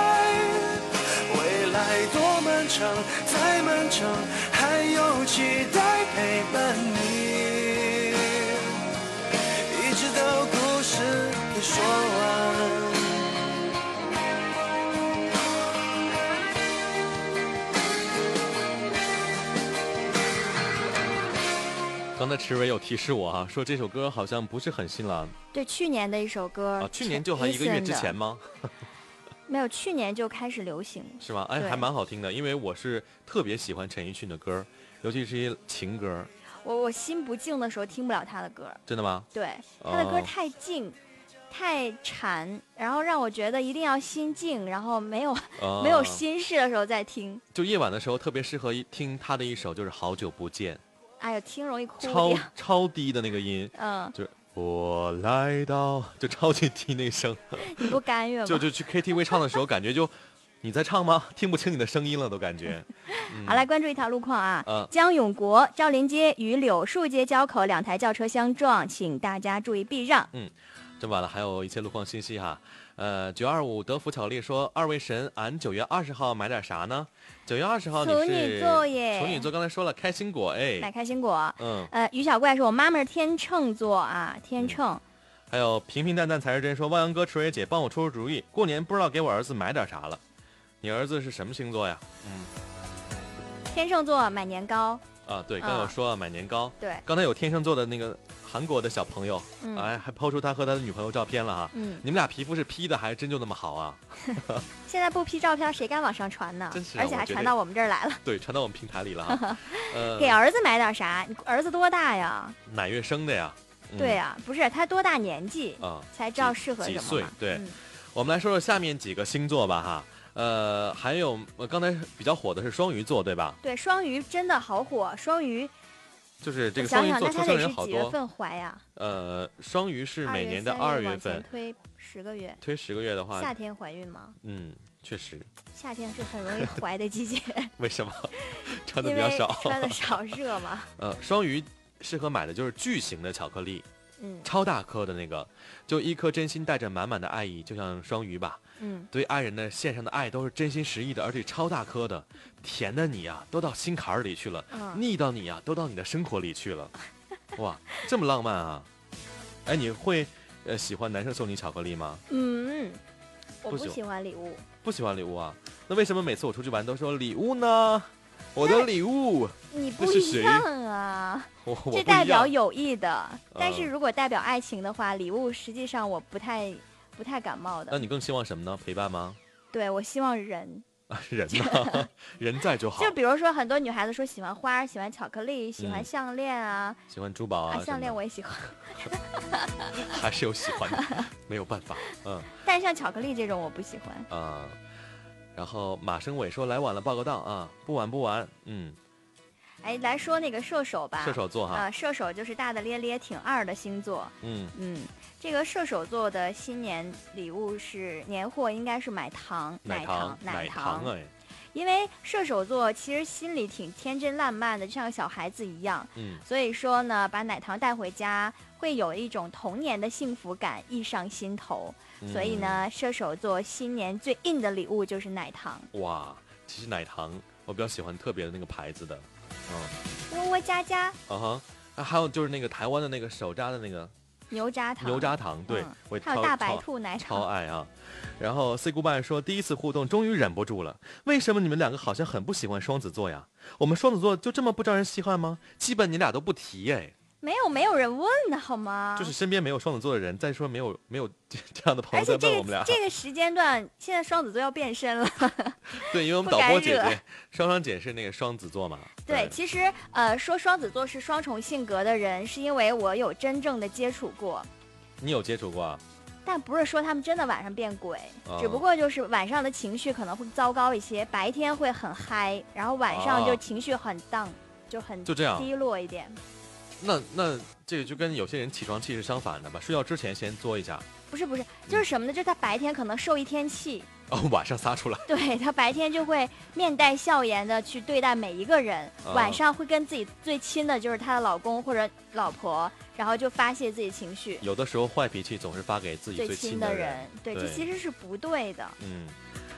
Speaker 6: 未来多漫长，再漫长，还有期待陪伴你，一直到故事给说完。
Speaker 3: 刚才池伟有提示我啊，说这首歌好像不是很新了
Speaker 4: 对，去年的一首歌，
Speaker 3: 啊，去年就还一个月之前，吗？
Speaker 4: 没有，去年就开始流行。
Speaker 3: 是吗？哎，
Speaker 4: 对
Speaker 3: 还蛮好听的，因为我是特别喜欢陈奕迅的歌，尤其是一些情歌，
Speaker 4: 我我心不静的时候听不了他的歌，
Speaker 3: 真的吗？
Speaker 4: 对，他的歌
Speaker 3: 哦
Speaker 4: 太静。太禅，然后让我觉得一定要心静，然后没有、
Speaker 3: 啊
Speaker 4: 没有心事的时候再听，
Speaker 3: 就夜晚的时候特别适合一听他的一首，就是《好久不见
Speaker 4: 哎呦，听容易哭》，
Speaker 3: 超
Speaker 4: 掉。
Speaker 3: 超低的那个音，
Speaker 4: 嗯，
Speaker 3: 就是我来到，就超级低那 声，
Speaker 4: 你不甘愿吗？
Speaker 3: 就就去 KTV 唱的时候，感觉就你在唱吗？听不清你的声音了，都感觉。
Speaker 4: 好，来关注一条路况啊。
Speaker 3: 嗯
Speaker 4: 江永国、赵林街与柳树街交口两台轿车相撞，请大家注意避让。
Speaker 3: 这么晚了，还有一些路况信息哈。呃，九二五德芙巧克力说，二位神，俺九月二十号买点啥呢？九月二十号你
Speaker 4: 处
Speaker 3: 是
Speaker 4: 女座耶
Speaker 3: 处女座刚才说了开心果，
Speaker 4: 买
Speaker 3: 哎，
Speaker 4: 开心果。
Speaker 3: 嗯，
Speaker 4: 呃，于小怪说：“我妈妈是天秤座啊，天秤。
Speaker 3: 还有平平淡淡才是真说，汪洋哥、楚蕊姐帮我出出主意，过年不知道给我儿子买点啥了。你儿子是什么星座呀？
Speaker 4: 天秤座买年糕。
Speaker 3: 啊，对，刚才我
Speaker 4: 啊
Speaker 3: 说了买年糕。
Speaker 4: 对，
Speaker 3: 刚才有天秤座的那个韩国的小朋友，
Speaker 4: 嗯
Speaker 3: 哎，还抛出他和他的女朋友照片了哈。
Speaker 4: 嗯，
Speaker 3: 你们俩皮肤是 P 的，还真就那么好啊？
Speaker 4: 现在不 P 照片，谁敢往上传呢？
Speaker 3: 真是啊
Speaker 4: 而且
Speaker 3: 我
Speaker 4: 还
Speaker 3: 觉
Speaker 4: 传
Speaker 3: 得
Speaker 4: 到我们这儿来了。
Speaker 3: 对，传到我们平台里了 哈。
Speaker 4: 给
Speaker 3: 呃，
Speaker 4: 儿子买点啥？你儿子多大呀？
Speaker 3: 哪月生的呀？嗯
Speaker 4: 对啊呀、不是他多大年纪、
Speaker 3: 啊，
Speaker 4: 才知道适合
Speaker 3: 几
Speaker 4: 什么
Speaker 3: 岁
Speaker 4: 嘛？
Speaker 3: 对
Speaker 4: 嗯
Speaker 3: 我们来说说下面几个星座吧哈。呃，还有呃刚才比较火的是双鱼座，对吧？
Speaker 4: 对，双鱼真的好火。双鱼，
Speaker 3: 就是这
Speaker 4: 我
Speaker 3: 个双
Speaker 4: 想
Speaker 3: 鱼
Speaker 4: 想，
Speaker 3: 座
Speaker 4: 那
Speaker 3: 出
Speaker 4: 他
Speaker 3: 生
Speaker 4: 得
Speaker 3: 人
Speaker 4: 是
Speaker 3: 好
Speaker 4: 几月
Speaker 3: 多。
Speaker 4: 份怀呀、
Speaker 3: 呃，双鱼是每年的
Speaker 4: 三
Speaker 3: 二月
Speaker 4: 往前
Speaker 3: 份，
Speaker 4: 推十个月，
Speaker 3: 推十个月的话，
Speaker 4: 夏天怀孕吗？
Speaker 3: 嗯，确 实，
Speaker 4: 夏天是很容 易怀的季节，
Speaker 3: 为什么 穿的
Speaker 4: 因
Speaker 3: 比较
Speaker 4: 为
Speaker 3: 少？
Speaker 4: 穿的少热嘛。
Speaker 3: 呃，双鱼适合买的就是巨型的巧克力，
Speaker 4: 嗯
Speaker 3: 超大颗的那个，就一颗真心带着满满的爱意，就像双鱼吧，
Speaker 4: 嗯，
Speaker 3: 对爱人的献上的爱都是真心实意的，而且超大颗的，甜的你呀、都到心坎儿里去了，
Speaker 4: 嗯
Speaker 3: 腻到你呀、啊都到你的生活里去 了，哇，这么浪漫啊！哎，你会呃喜欢男生送你巧克力吗？
Speaker 4: 嗯，我
Speaker 3: 不
Speaker 4: 不
Speaker 3: 久
Speaker 4: 喜欢礼物，
Speaker 3: 不喜欢礼物啊？那为什么每次我出去玩都说礼物呢？我的礼物，
Speaker 4: 你
Speaker 3: 那
Speaker 4: 不
Speaker 3: 是
Speaker 4: 一
Speaker 3: 谁
Speaker 4: 样啊，
Speaker 3: 我 我不
Speaker 4: 这
Speaker 3: 一
Speaker 4: 代表
Speaker 3: 样。
Speaker 4: 友谊的，但是
Speaker 3: 嗯
Speaker 4: 如果代表爱情的话，礼物实际上我不太不太感冒
Speaker 3: 那
Speaker 4: 的。
Speaker 3: 你更希望什么呢？陪伴 吗？
Speaker 4: 对我希望人，
Speaker 3: 啊，人呢？人在就好
Speaker 4: 就。比如说很多女孩子说喜欢花儿，喜欢巧克力，喜欢
Speaker 3: 嗯
Speaker 4: 项链啊，
Speaker 3: 喜欢珠宝啊什
Speaker 4: 啊
Speaker 3: 么的，
Speaker 4: 项链我也喜欢，
Speaker 3: 还是有喜欢的，没有办法。嗯
Speaker 4: 但是像巧克力这种我不喜欢。
Speaker 3: 啊、然后马生伟说来晚了，报个到啊，不晚不晚。嗯，
Speaker 4: 哎，来说那个射手吧，
Speaker 3: 射手座哈，
Speaker 4: 啊，射手就是大大咧咧、挺二的星座。
Speaker 3: 嗯，
Speaker 4: 嗯，这个射手座的新年礼物是年货，应该是买糖，
Speaker 3: 奶
Speaker 4: 糖，
Speaker 3: 奶
Speaker 4: 糖。
Speaker 3: 哎，
Speaker 4: 因为射手座其实心里挺天真烂漫的，就像个小孩子一样。
Speaker 3: 嗯，
Speaker 4: 所以说呢，把奶糖带回家，会有一种童年的幸福感溢上心头。
Speaker 3: 嗯
Speaker 4: 所以呢，射手座新年最硬的礼物就是奶糖。
Speaker 3: 嗯，哇，其实奶糖我比较喜欢特别的那个牌子的，嗯
Speaker 4: 窝窝家家
Speaker 3: 啊哈。啊，还有就是那个台湾的那个手扎的那个
Speaker 4: 牛轧糖，
Speaker 3: 牛轧糖，对、
Speaker 4: 嗯
Speaker 3: 我
Speaker 4: 还有
Speaker 3: 超
Speaker 4: 大白
Speaker 3: 超
Speaker 4: 兔奶
Speaker 3: 超
Speaker 4: 糖。
Speaker 3: 爱啊！然后 C 姑伴说，第一次互动终于忍不住了。为什么你们两个好像很不喜欢双子座呀？我们双子座就这么不招人稀罕吗？基本你俩都不提哎，
Speaker 4: 没有没有人问的好吗？
Speaker 3: 就是身边没有双子座的人，再说没有 没有这样的朋
Speaker 4: 而
Speaker 3: 友在
Speaker 4: 且
Speaker 3: 问
Speaker 4: 这
Speaker 3: 我们俩
Speaker 4: 个。这个时间段，现在双子座要变身了。
Speaker 3: 对，因为我们
Speaker 4: 不
Speaker 3: 导
Speaker 4: 敢
Speaker 3: 播姐
Speaker 4: 惹
Speaker 3: 姐双双姐是那个双子座嘛。
Speaker 4: 对，其实呃，说双子座是双重性格的人，是因为我有真正的接触过，
Speaker 3: 你有接触过啊？
Speaker 4: 但不是说他们真的晚上变鬼，
Speaker 3: 哦
Speaker 4: 只不过就是晚上的情绪可能会糟糕一些，白天会很嗨，然后晚上就
Speaker 3: 哦
Speaker 4: 情绪很荡，就很
Speaker 3: 就这样
Speaker 4: 低落一点。
Speaker 3: 那那这个就跟有些人起床气是相反的吧？睡觉之前先作一下，
Speaker 4: 不是不是，
Speaker 3: 嗯
Speaker 4: 就是什么呢？就是他白天可能受一天气，
Speaker 3: 哦，晚上撒出来。
Speaker 4: 对他白天就会面带笑颜的去对待每一个人，
Speaker 3: 哦
Speaker 4: 晚上会跟自己最亲的就是她的老公或者老婆，然后就发泄自己情绪。
Speaker 3: 有的时候坏脾气总是发给自己
Speaker 4: 最
Speaker 3: 最
Speaker 4: 亲
Speaker 3: 亲
Speaker 4: 的
Speaker 3: 的
Speaker 4: 人，对，这
Speaker 3: 对
Speaker 4: 其实是不对的
Speaker 3: 嗯。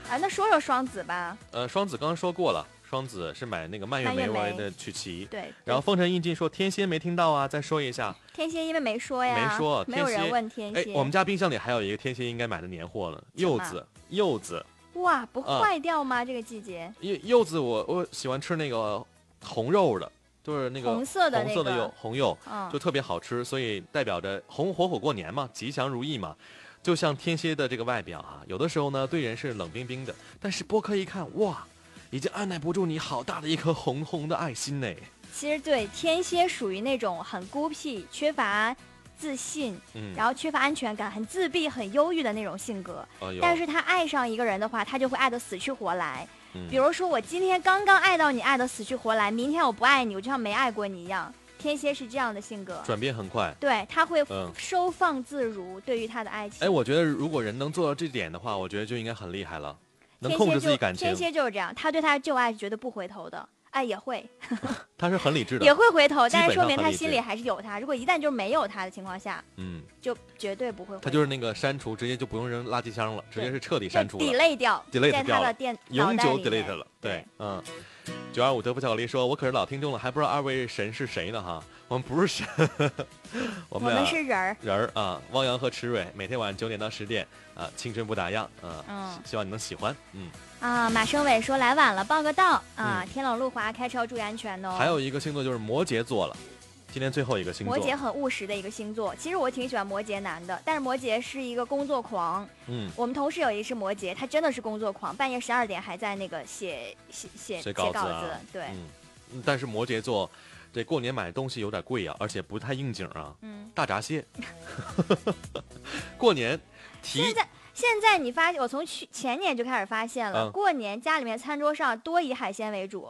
Speaker 4: 啊。那说说双子吧，
Speaker 3: 呃，双子刚刚说过了，双子是买那个蔓越
Speaker 4: 蔓越
Speaker 3: 莓味
Speaker 4: 莓
Speaker 3: 的曲奇。
Speaker 4: 对，
Speaker 3: 然后风尘印记说天蝎没听到啊，再说一下。
Speaker 4: 天蝎因为没说呀，
Speaker 3: 没说
Speaker 4: 没有
Speaker 3: 天
Speaker 4: 人
Speaker 3: 蝎
Speaker 4: 问天
Speaker 3: 哎
Speaker 4: 蝎，，
Speaker 3: 我们家冰箱里还有一个天蝎应该买的年货了，
Speaker 4: 什么
Speaker 3: 柚子，柚子，
Speaker 4: 哇，不
Speaker 3: 啊
Speaker 4: 坏掉吗？这个季节，
Speaker 3: 柚柚子我我喜欢吃那个红肉的，就是那个
Speaker 4: 红色的
Speaker 3: 红
Speaker 4: 那
Speaker 3: 色的柚
Speaker 4: 个，
Speaker 3: 红柚，
Speaker 4: 嗯
Speaker 3: 就，特别好吃，所以代表着红火火过年嘛，吉祥如意嘛。就像天蝎的这个外表啊，有的时候呢对人是冷冰冰的，但是剥开一看，哇，已经按耐不住你好大的一颗红红的爱心呢。
Speaker 4: 其实对天蝎属于那种很孤僻、缺乏自信，
Speaker 3: 嗯，
Speaker 4: 然后缺乏安全感、很自闭、很忧郁的那种性格。
Speaker 3: 哎呦
Speaker 4: 但是他爱上一个人的话，他就会爱得死去活来。
Speaker 3: 嗯
Speaker 4: 比如说，我今天刚刚爱到你，爱得死去活来，明天我不爱你，我就像没爱过你一样。天蝎是这样的性格，
Speaker 3: 转变很快。
Speaker 4: 对他会
Speaker 3: 嗯
Speaker 4: 收放自如，对于他的爱情。
Speaker 3: 哎，我觉得如果人能做到这点的话，我觉得就应该很厉害了，能控制自己感
Speaker 4: 天
Speaker 3: 情，
Speaker 4: 蝎就是这样，他对他的旧爱是绝对不回头的。哎，也会
Speaker 3: 他是很理智
Speaker 4: 也
Speaker 3: 的。
Speaker 4: 会回头，
Speaker 3: 基本
Speaker 4: 但是说
Speaker 3: 上
Speaker 4: 明
Speaker 3: 很
Speaker 4: 他
Speaker 3: 理
Speaker 4: 心
Speaker 3: 智
Speaker 4: 里还是有他。如果一旦就没有他的情况下，
Speaker 3: 嗯，
Speaker 4: 就绝对不会回头。
Speaker 3: 他就是那个删除，直接就不用扔垃圾箱了，直接是彻底
Speaker 4: 就
Speaker 3: 删除了，
Speaker 4: delay 掉
Speaker 3: delete
Speaker 4: 在
Speaker 3: 掉
Speaker 4: 他的
Speaker 3: 了
Speaker 4: 电脑
Speaker 3: 永
Speaker 4: 袋
Speaker 3: 久
Speaker 4: 里面
Speaker 3: delete 了。对，嗯。九二五德芙巧克力说：“我可是老听众了，还不知道二位神是谁呢哈。我们不是神， 我
Speaker 4: 我
Speaker 3: 们
Speaker 4: 们
Speaker 3: 俩
Speaker 4: 是人儿，
Speaker 3: 人儿啊，汪洋和池蕊，每天晚上九点到十点啊，青春不打烊啊，
Speaker 4: 嗯
Speaker 3: 希望你能喜欢。嗯，
Speaker 4: 啊，马生伟说来晚了，报个到啊！天冷路滑，开车要注意安全哦。
Speaker 3: 还有一个星座就是摩羯座了，今天最后一个星座。
Speaker 4: 摩羯很务实的一个星座，其实我挺喜欢摩羯男的，但是摩羯是一个工作狂。
Speaker 3: 嗯，
Speaker 4: 我们同事有一个是摩羯，他真的是工作狂，半夜十二点还在那个写写写
Speaker 3: 写
Speaker 4: 稿
Speaker 3: 稿子啊
Speaker 4: 对，
Speaker 3: 嗯嗯，但是摩羯座这过年买东西有点贵啊，而且不太应景啊。
Speaker 4: 嗯
Speaker 3: 大闸蟹， 过年提
Speaker 4: 现在现在你发，我从去前年就开始发现了，
Speaker 3: 嗯
Speaker 4: 过年家里面餐桌上多以海鲜为主，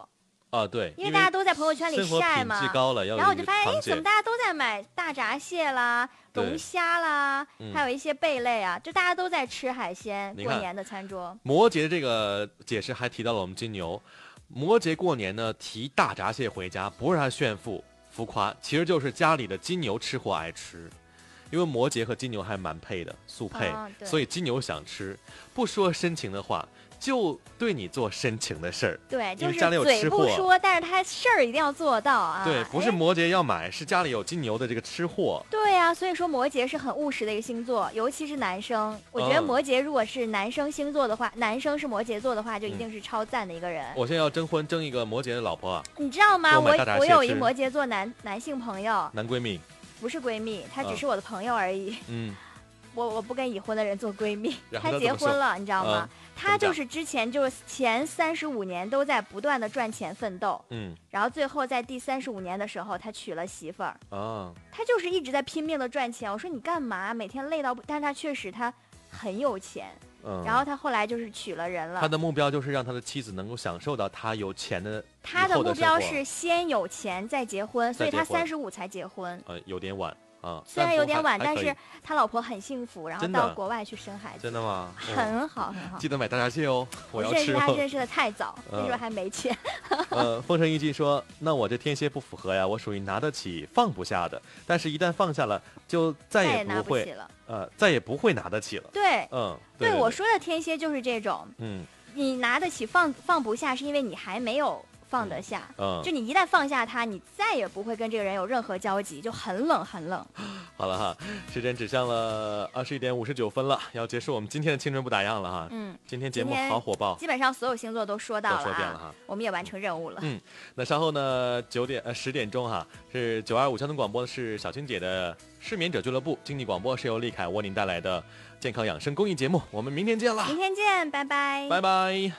Speaker 3: 啊，对，
Speaker 4: 因为大家都在朋友圈里
Speaker 3: 生活
Speaker 4: 晒
Speaker 3: 品
Speaker 4: 嘛
Speaker 3: 质。高了，要
Speaker 4: 然后我
Speaker 3: 有一
Speaker 4: 就
Speaker 3: 个
Speaker 4: 发现，哎，
Speaker 3: 螃
Speaker 4: 怎么
Speaker 3: 蟹。
Speaker 4: 大家都在买大闸蟹啦、
Speaker 3: 对
Speaker 4: 龙虾啦，
Speaker 3: 嗯
Speaker 4: 还有一些贝类啊，就大家都在吃海鲜。
Speaker 3: 你
Speaker 4: 过
Speaker 3: 看
Speaker 4: 年的餐桌，
Speaker 3: 摩羯这个解释还提到了我们金牛，摩羯过年呢提大闸蟹回家，不是他炫富浮夸，其实就是家里的金牛吃货爱吃。因为摩羯和金牛还蛮配的，速配，
Speaker 4: 啊对
Speaker 3: 所以金牛想吃，不说深情的话，就对你做深情的事儿。
Speaker 4: 对，
Speaker 3: 因
Speaker 4: 就
Speaker 3: 为
Speaker 4: 是
Speaker 3: 家里有吃
Speaker 4: 嘴不
Speaker 3: 货
Speaker 4: 说，但是他事儿一定要做到啊。
Speaker 3: 对，不是
Speaker 4: 哎
Speaker 3: 摩羯要买，是家里有金牛的这个吃货。
Speaker 4: 对呀、所以说摩羯是很务实的一个星座，尤其是男生。我觉得
Speaker 3: 嗯
Speaker 4: 摩羯如果是男生星座的话，男生是摩羯座的话，就一
Speaker 3: 嗯
Speaker 4: 定是超赞的一个人。
Speaker 3: 我现在要征婚，征一个摩羯的老婆啊，
Speaker 4: 你知道吗？
Speaker 3: 给我
Speaker 4: 我
Speaker 3: 买大闸
Speaker 4: 我
Speaker 3: 蟹
Speaker 4: 有一
Speaker 3: 吃
Speaker 4: 摩羯座男男性朋友，
Speaker 3: 男闺蜜。
Speaker 4: 不是闺蜜，他只
Speaker 3: 嗯
Speaker 4: 是我的朋友而已。
Speaker 3: 嗯，
Speaker 4: 我我不跟已婚的人做闺蜜，
Speaker 3: 然后他
Speaker 4: 他
Speaker 3: 怎
Speaker 4: 结
Speaker 3: 么说
Speaker 4: 婚了，你知道吗？
Speaker 3: 嗯
Speaker 4: 他
Speaker 3: 怎
Speaker 4: 就
Speaker 3: 么讲
Speaker 4: 是之前就是前三十五年都在不断的赚钱奋斗，
Speaker 3: 嗯
Speaker 4: 然后最后在第三十五年的时候，他娶了媳妇儿。
Speaker 3: 啊，
Speaker 4: 他就是一直在拼命的赚钱。我说你干嘛？每天累到不……但是他确实他很有钱。
Speaker 3: 嗯。
Speaker 4: 然后他后来就是娶了人
Speaker 3: 他
Speaker 4: 了。
Speaker 3: 的目标就是让他的妻子能够享受到他有钱的
Speaker 4: 他
Speaker 3: 以
Speaker 4: 的
Speaker 3: 后
Speaker 4: 目
Speaker 3: 的
Speaker 4: 标
Speaker 3: 生活
Speaker 4: 是先有钱再结婚，所以他
Speaker 3: 再结婚
Speaker 4: 三十五才结婚。
Speaker 3: 呃有点晚啊，
Speaker 4: 虽然
Speaker 3: 但
Speaker 4: 有
Speaker 3: 不
Speaker 4: 点
Speaker 3: 还
Speaker 4: 晚，
Speaker 3: 还
Speaker 4: 但
Speaker 3: 可以
Speaker 4: 是他老婆很幸福，然后
Speaker 3: 真的啊
Speaker 4: 到国外去生孩子，
Speaker 3: 真的吗？哦
Speaker 4: 很好很好。
Speaker 3: 记得买大闸蟹哦，我要
Speaker 4: 认
Speaker 3: 吃
Speaker 4: 识他
Speaker 3: 哦。
Speaker 4: 认识的太早，那时候
Speaker 3: 嗯
Speaker 4: 还没钱。
Speaker 3: 呃，风神一记说，那我这天蝎不符合呀，我属于拿得起放不下的，但是一旦放下了，就 再
Speaker 4: 再也
Speaker 3: 也
Speaker 4: 拿
Speaker 3: 不
Speaker 4: 不起
Speaker 3: 会
Speaker 4: 了。
Speaker 3: 呃再也不会拿得起了。
Speaker 4: 对，
Speaker 3: 嗯，
Speaker 4: 对
Speaker 3: 对
Speaker 4: 我，说的天蝎就是这种，
Speaker 3: 嗯
Speaker 4: 你拿得起放放不下，是因为你还没有放得下。
Speaker 3: 嗯
Speaker 4: 就，你一旦放下他，你再也不会跟这个人有任何交集，就很冷很 冷。
Speaker 3: 好了哈，时间指向了二十一点五十九分了，要结束我们今天的青春不打烊了哈。
Speaker 4: 嗯，
Speaker 3: 今天节目
Speaker 4: 今天
Speaker 3: 好火爆，
Speaker 4: 基本上所有星座都说到
Speaker 3: 哦都
Speaker 4: 了啊，
Speaker 3: 说遍了哈。
Speaker 4: 我们也完成任务了。
Speaker 3: 嗯那稍后呢，九点呃十点钟哈、是九二五交通广播是小青姐的失眠者俱乐部，经济广播是由丽凯为您带来的健康养生公益节目，我们明天见啦，
Speaker 4: 明天见，拜拜。
Speaker 3: 拜拜。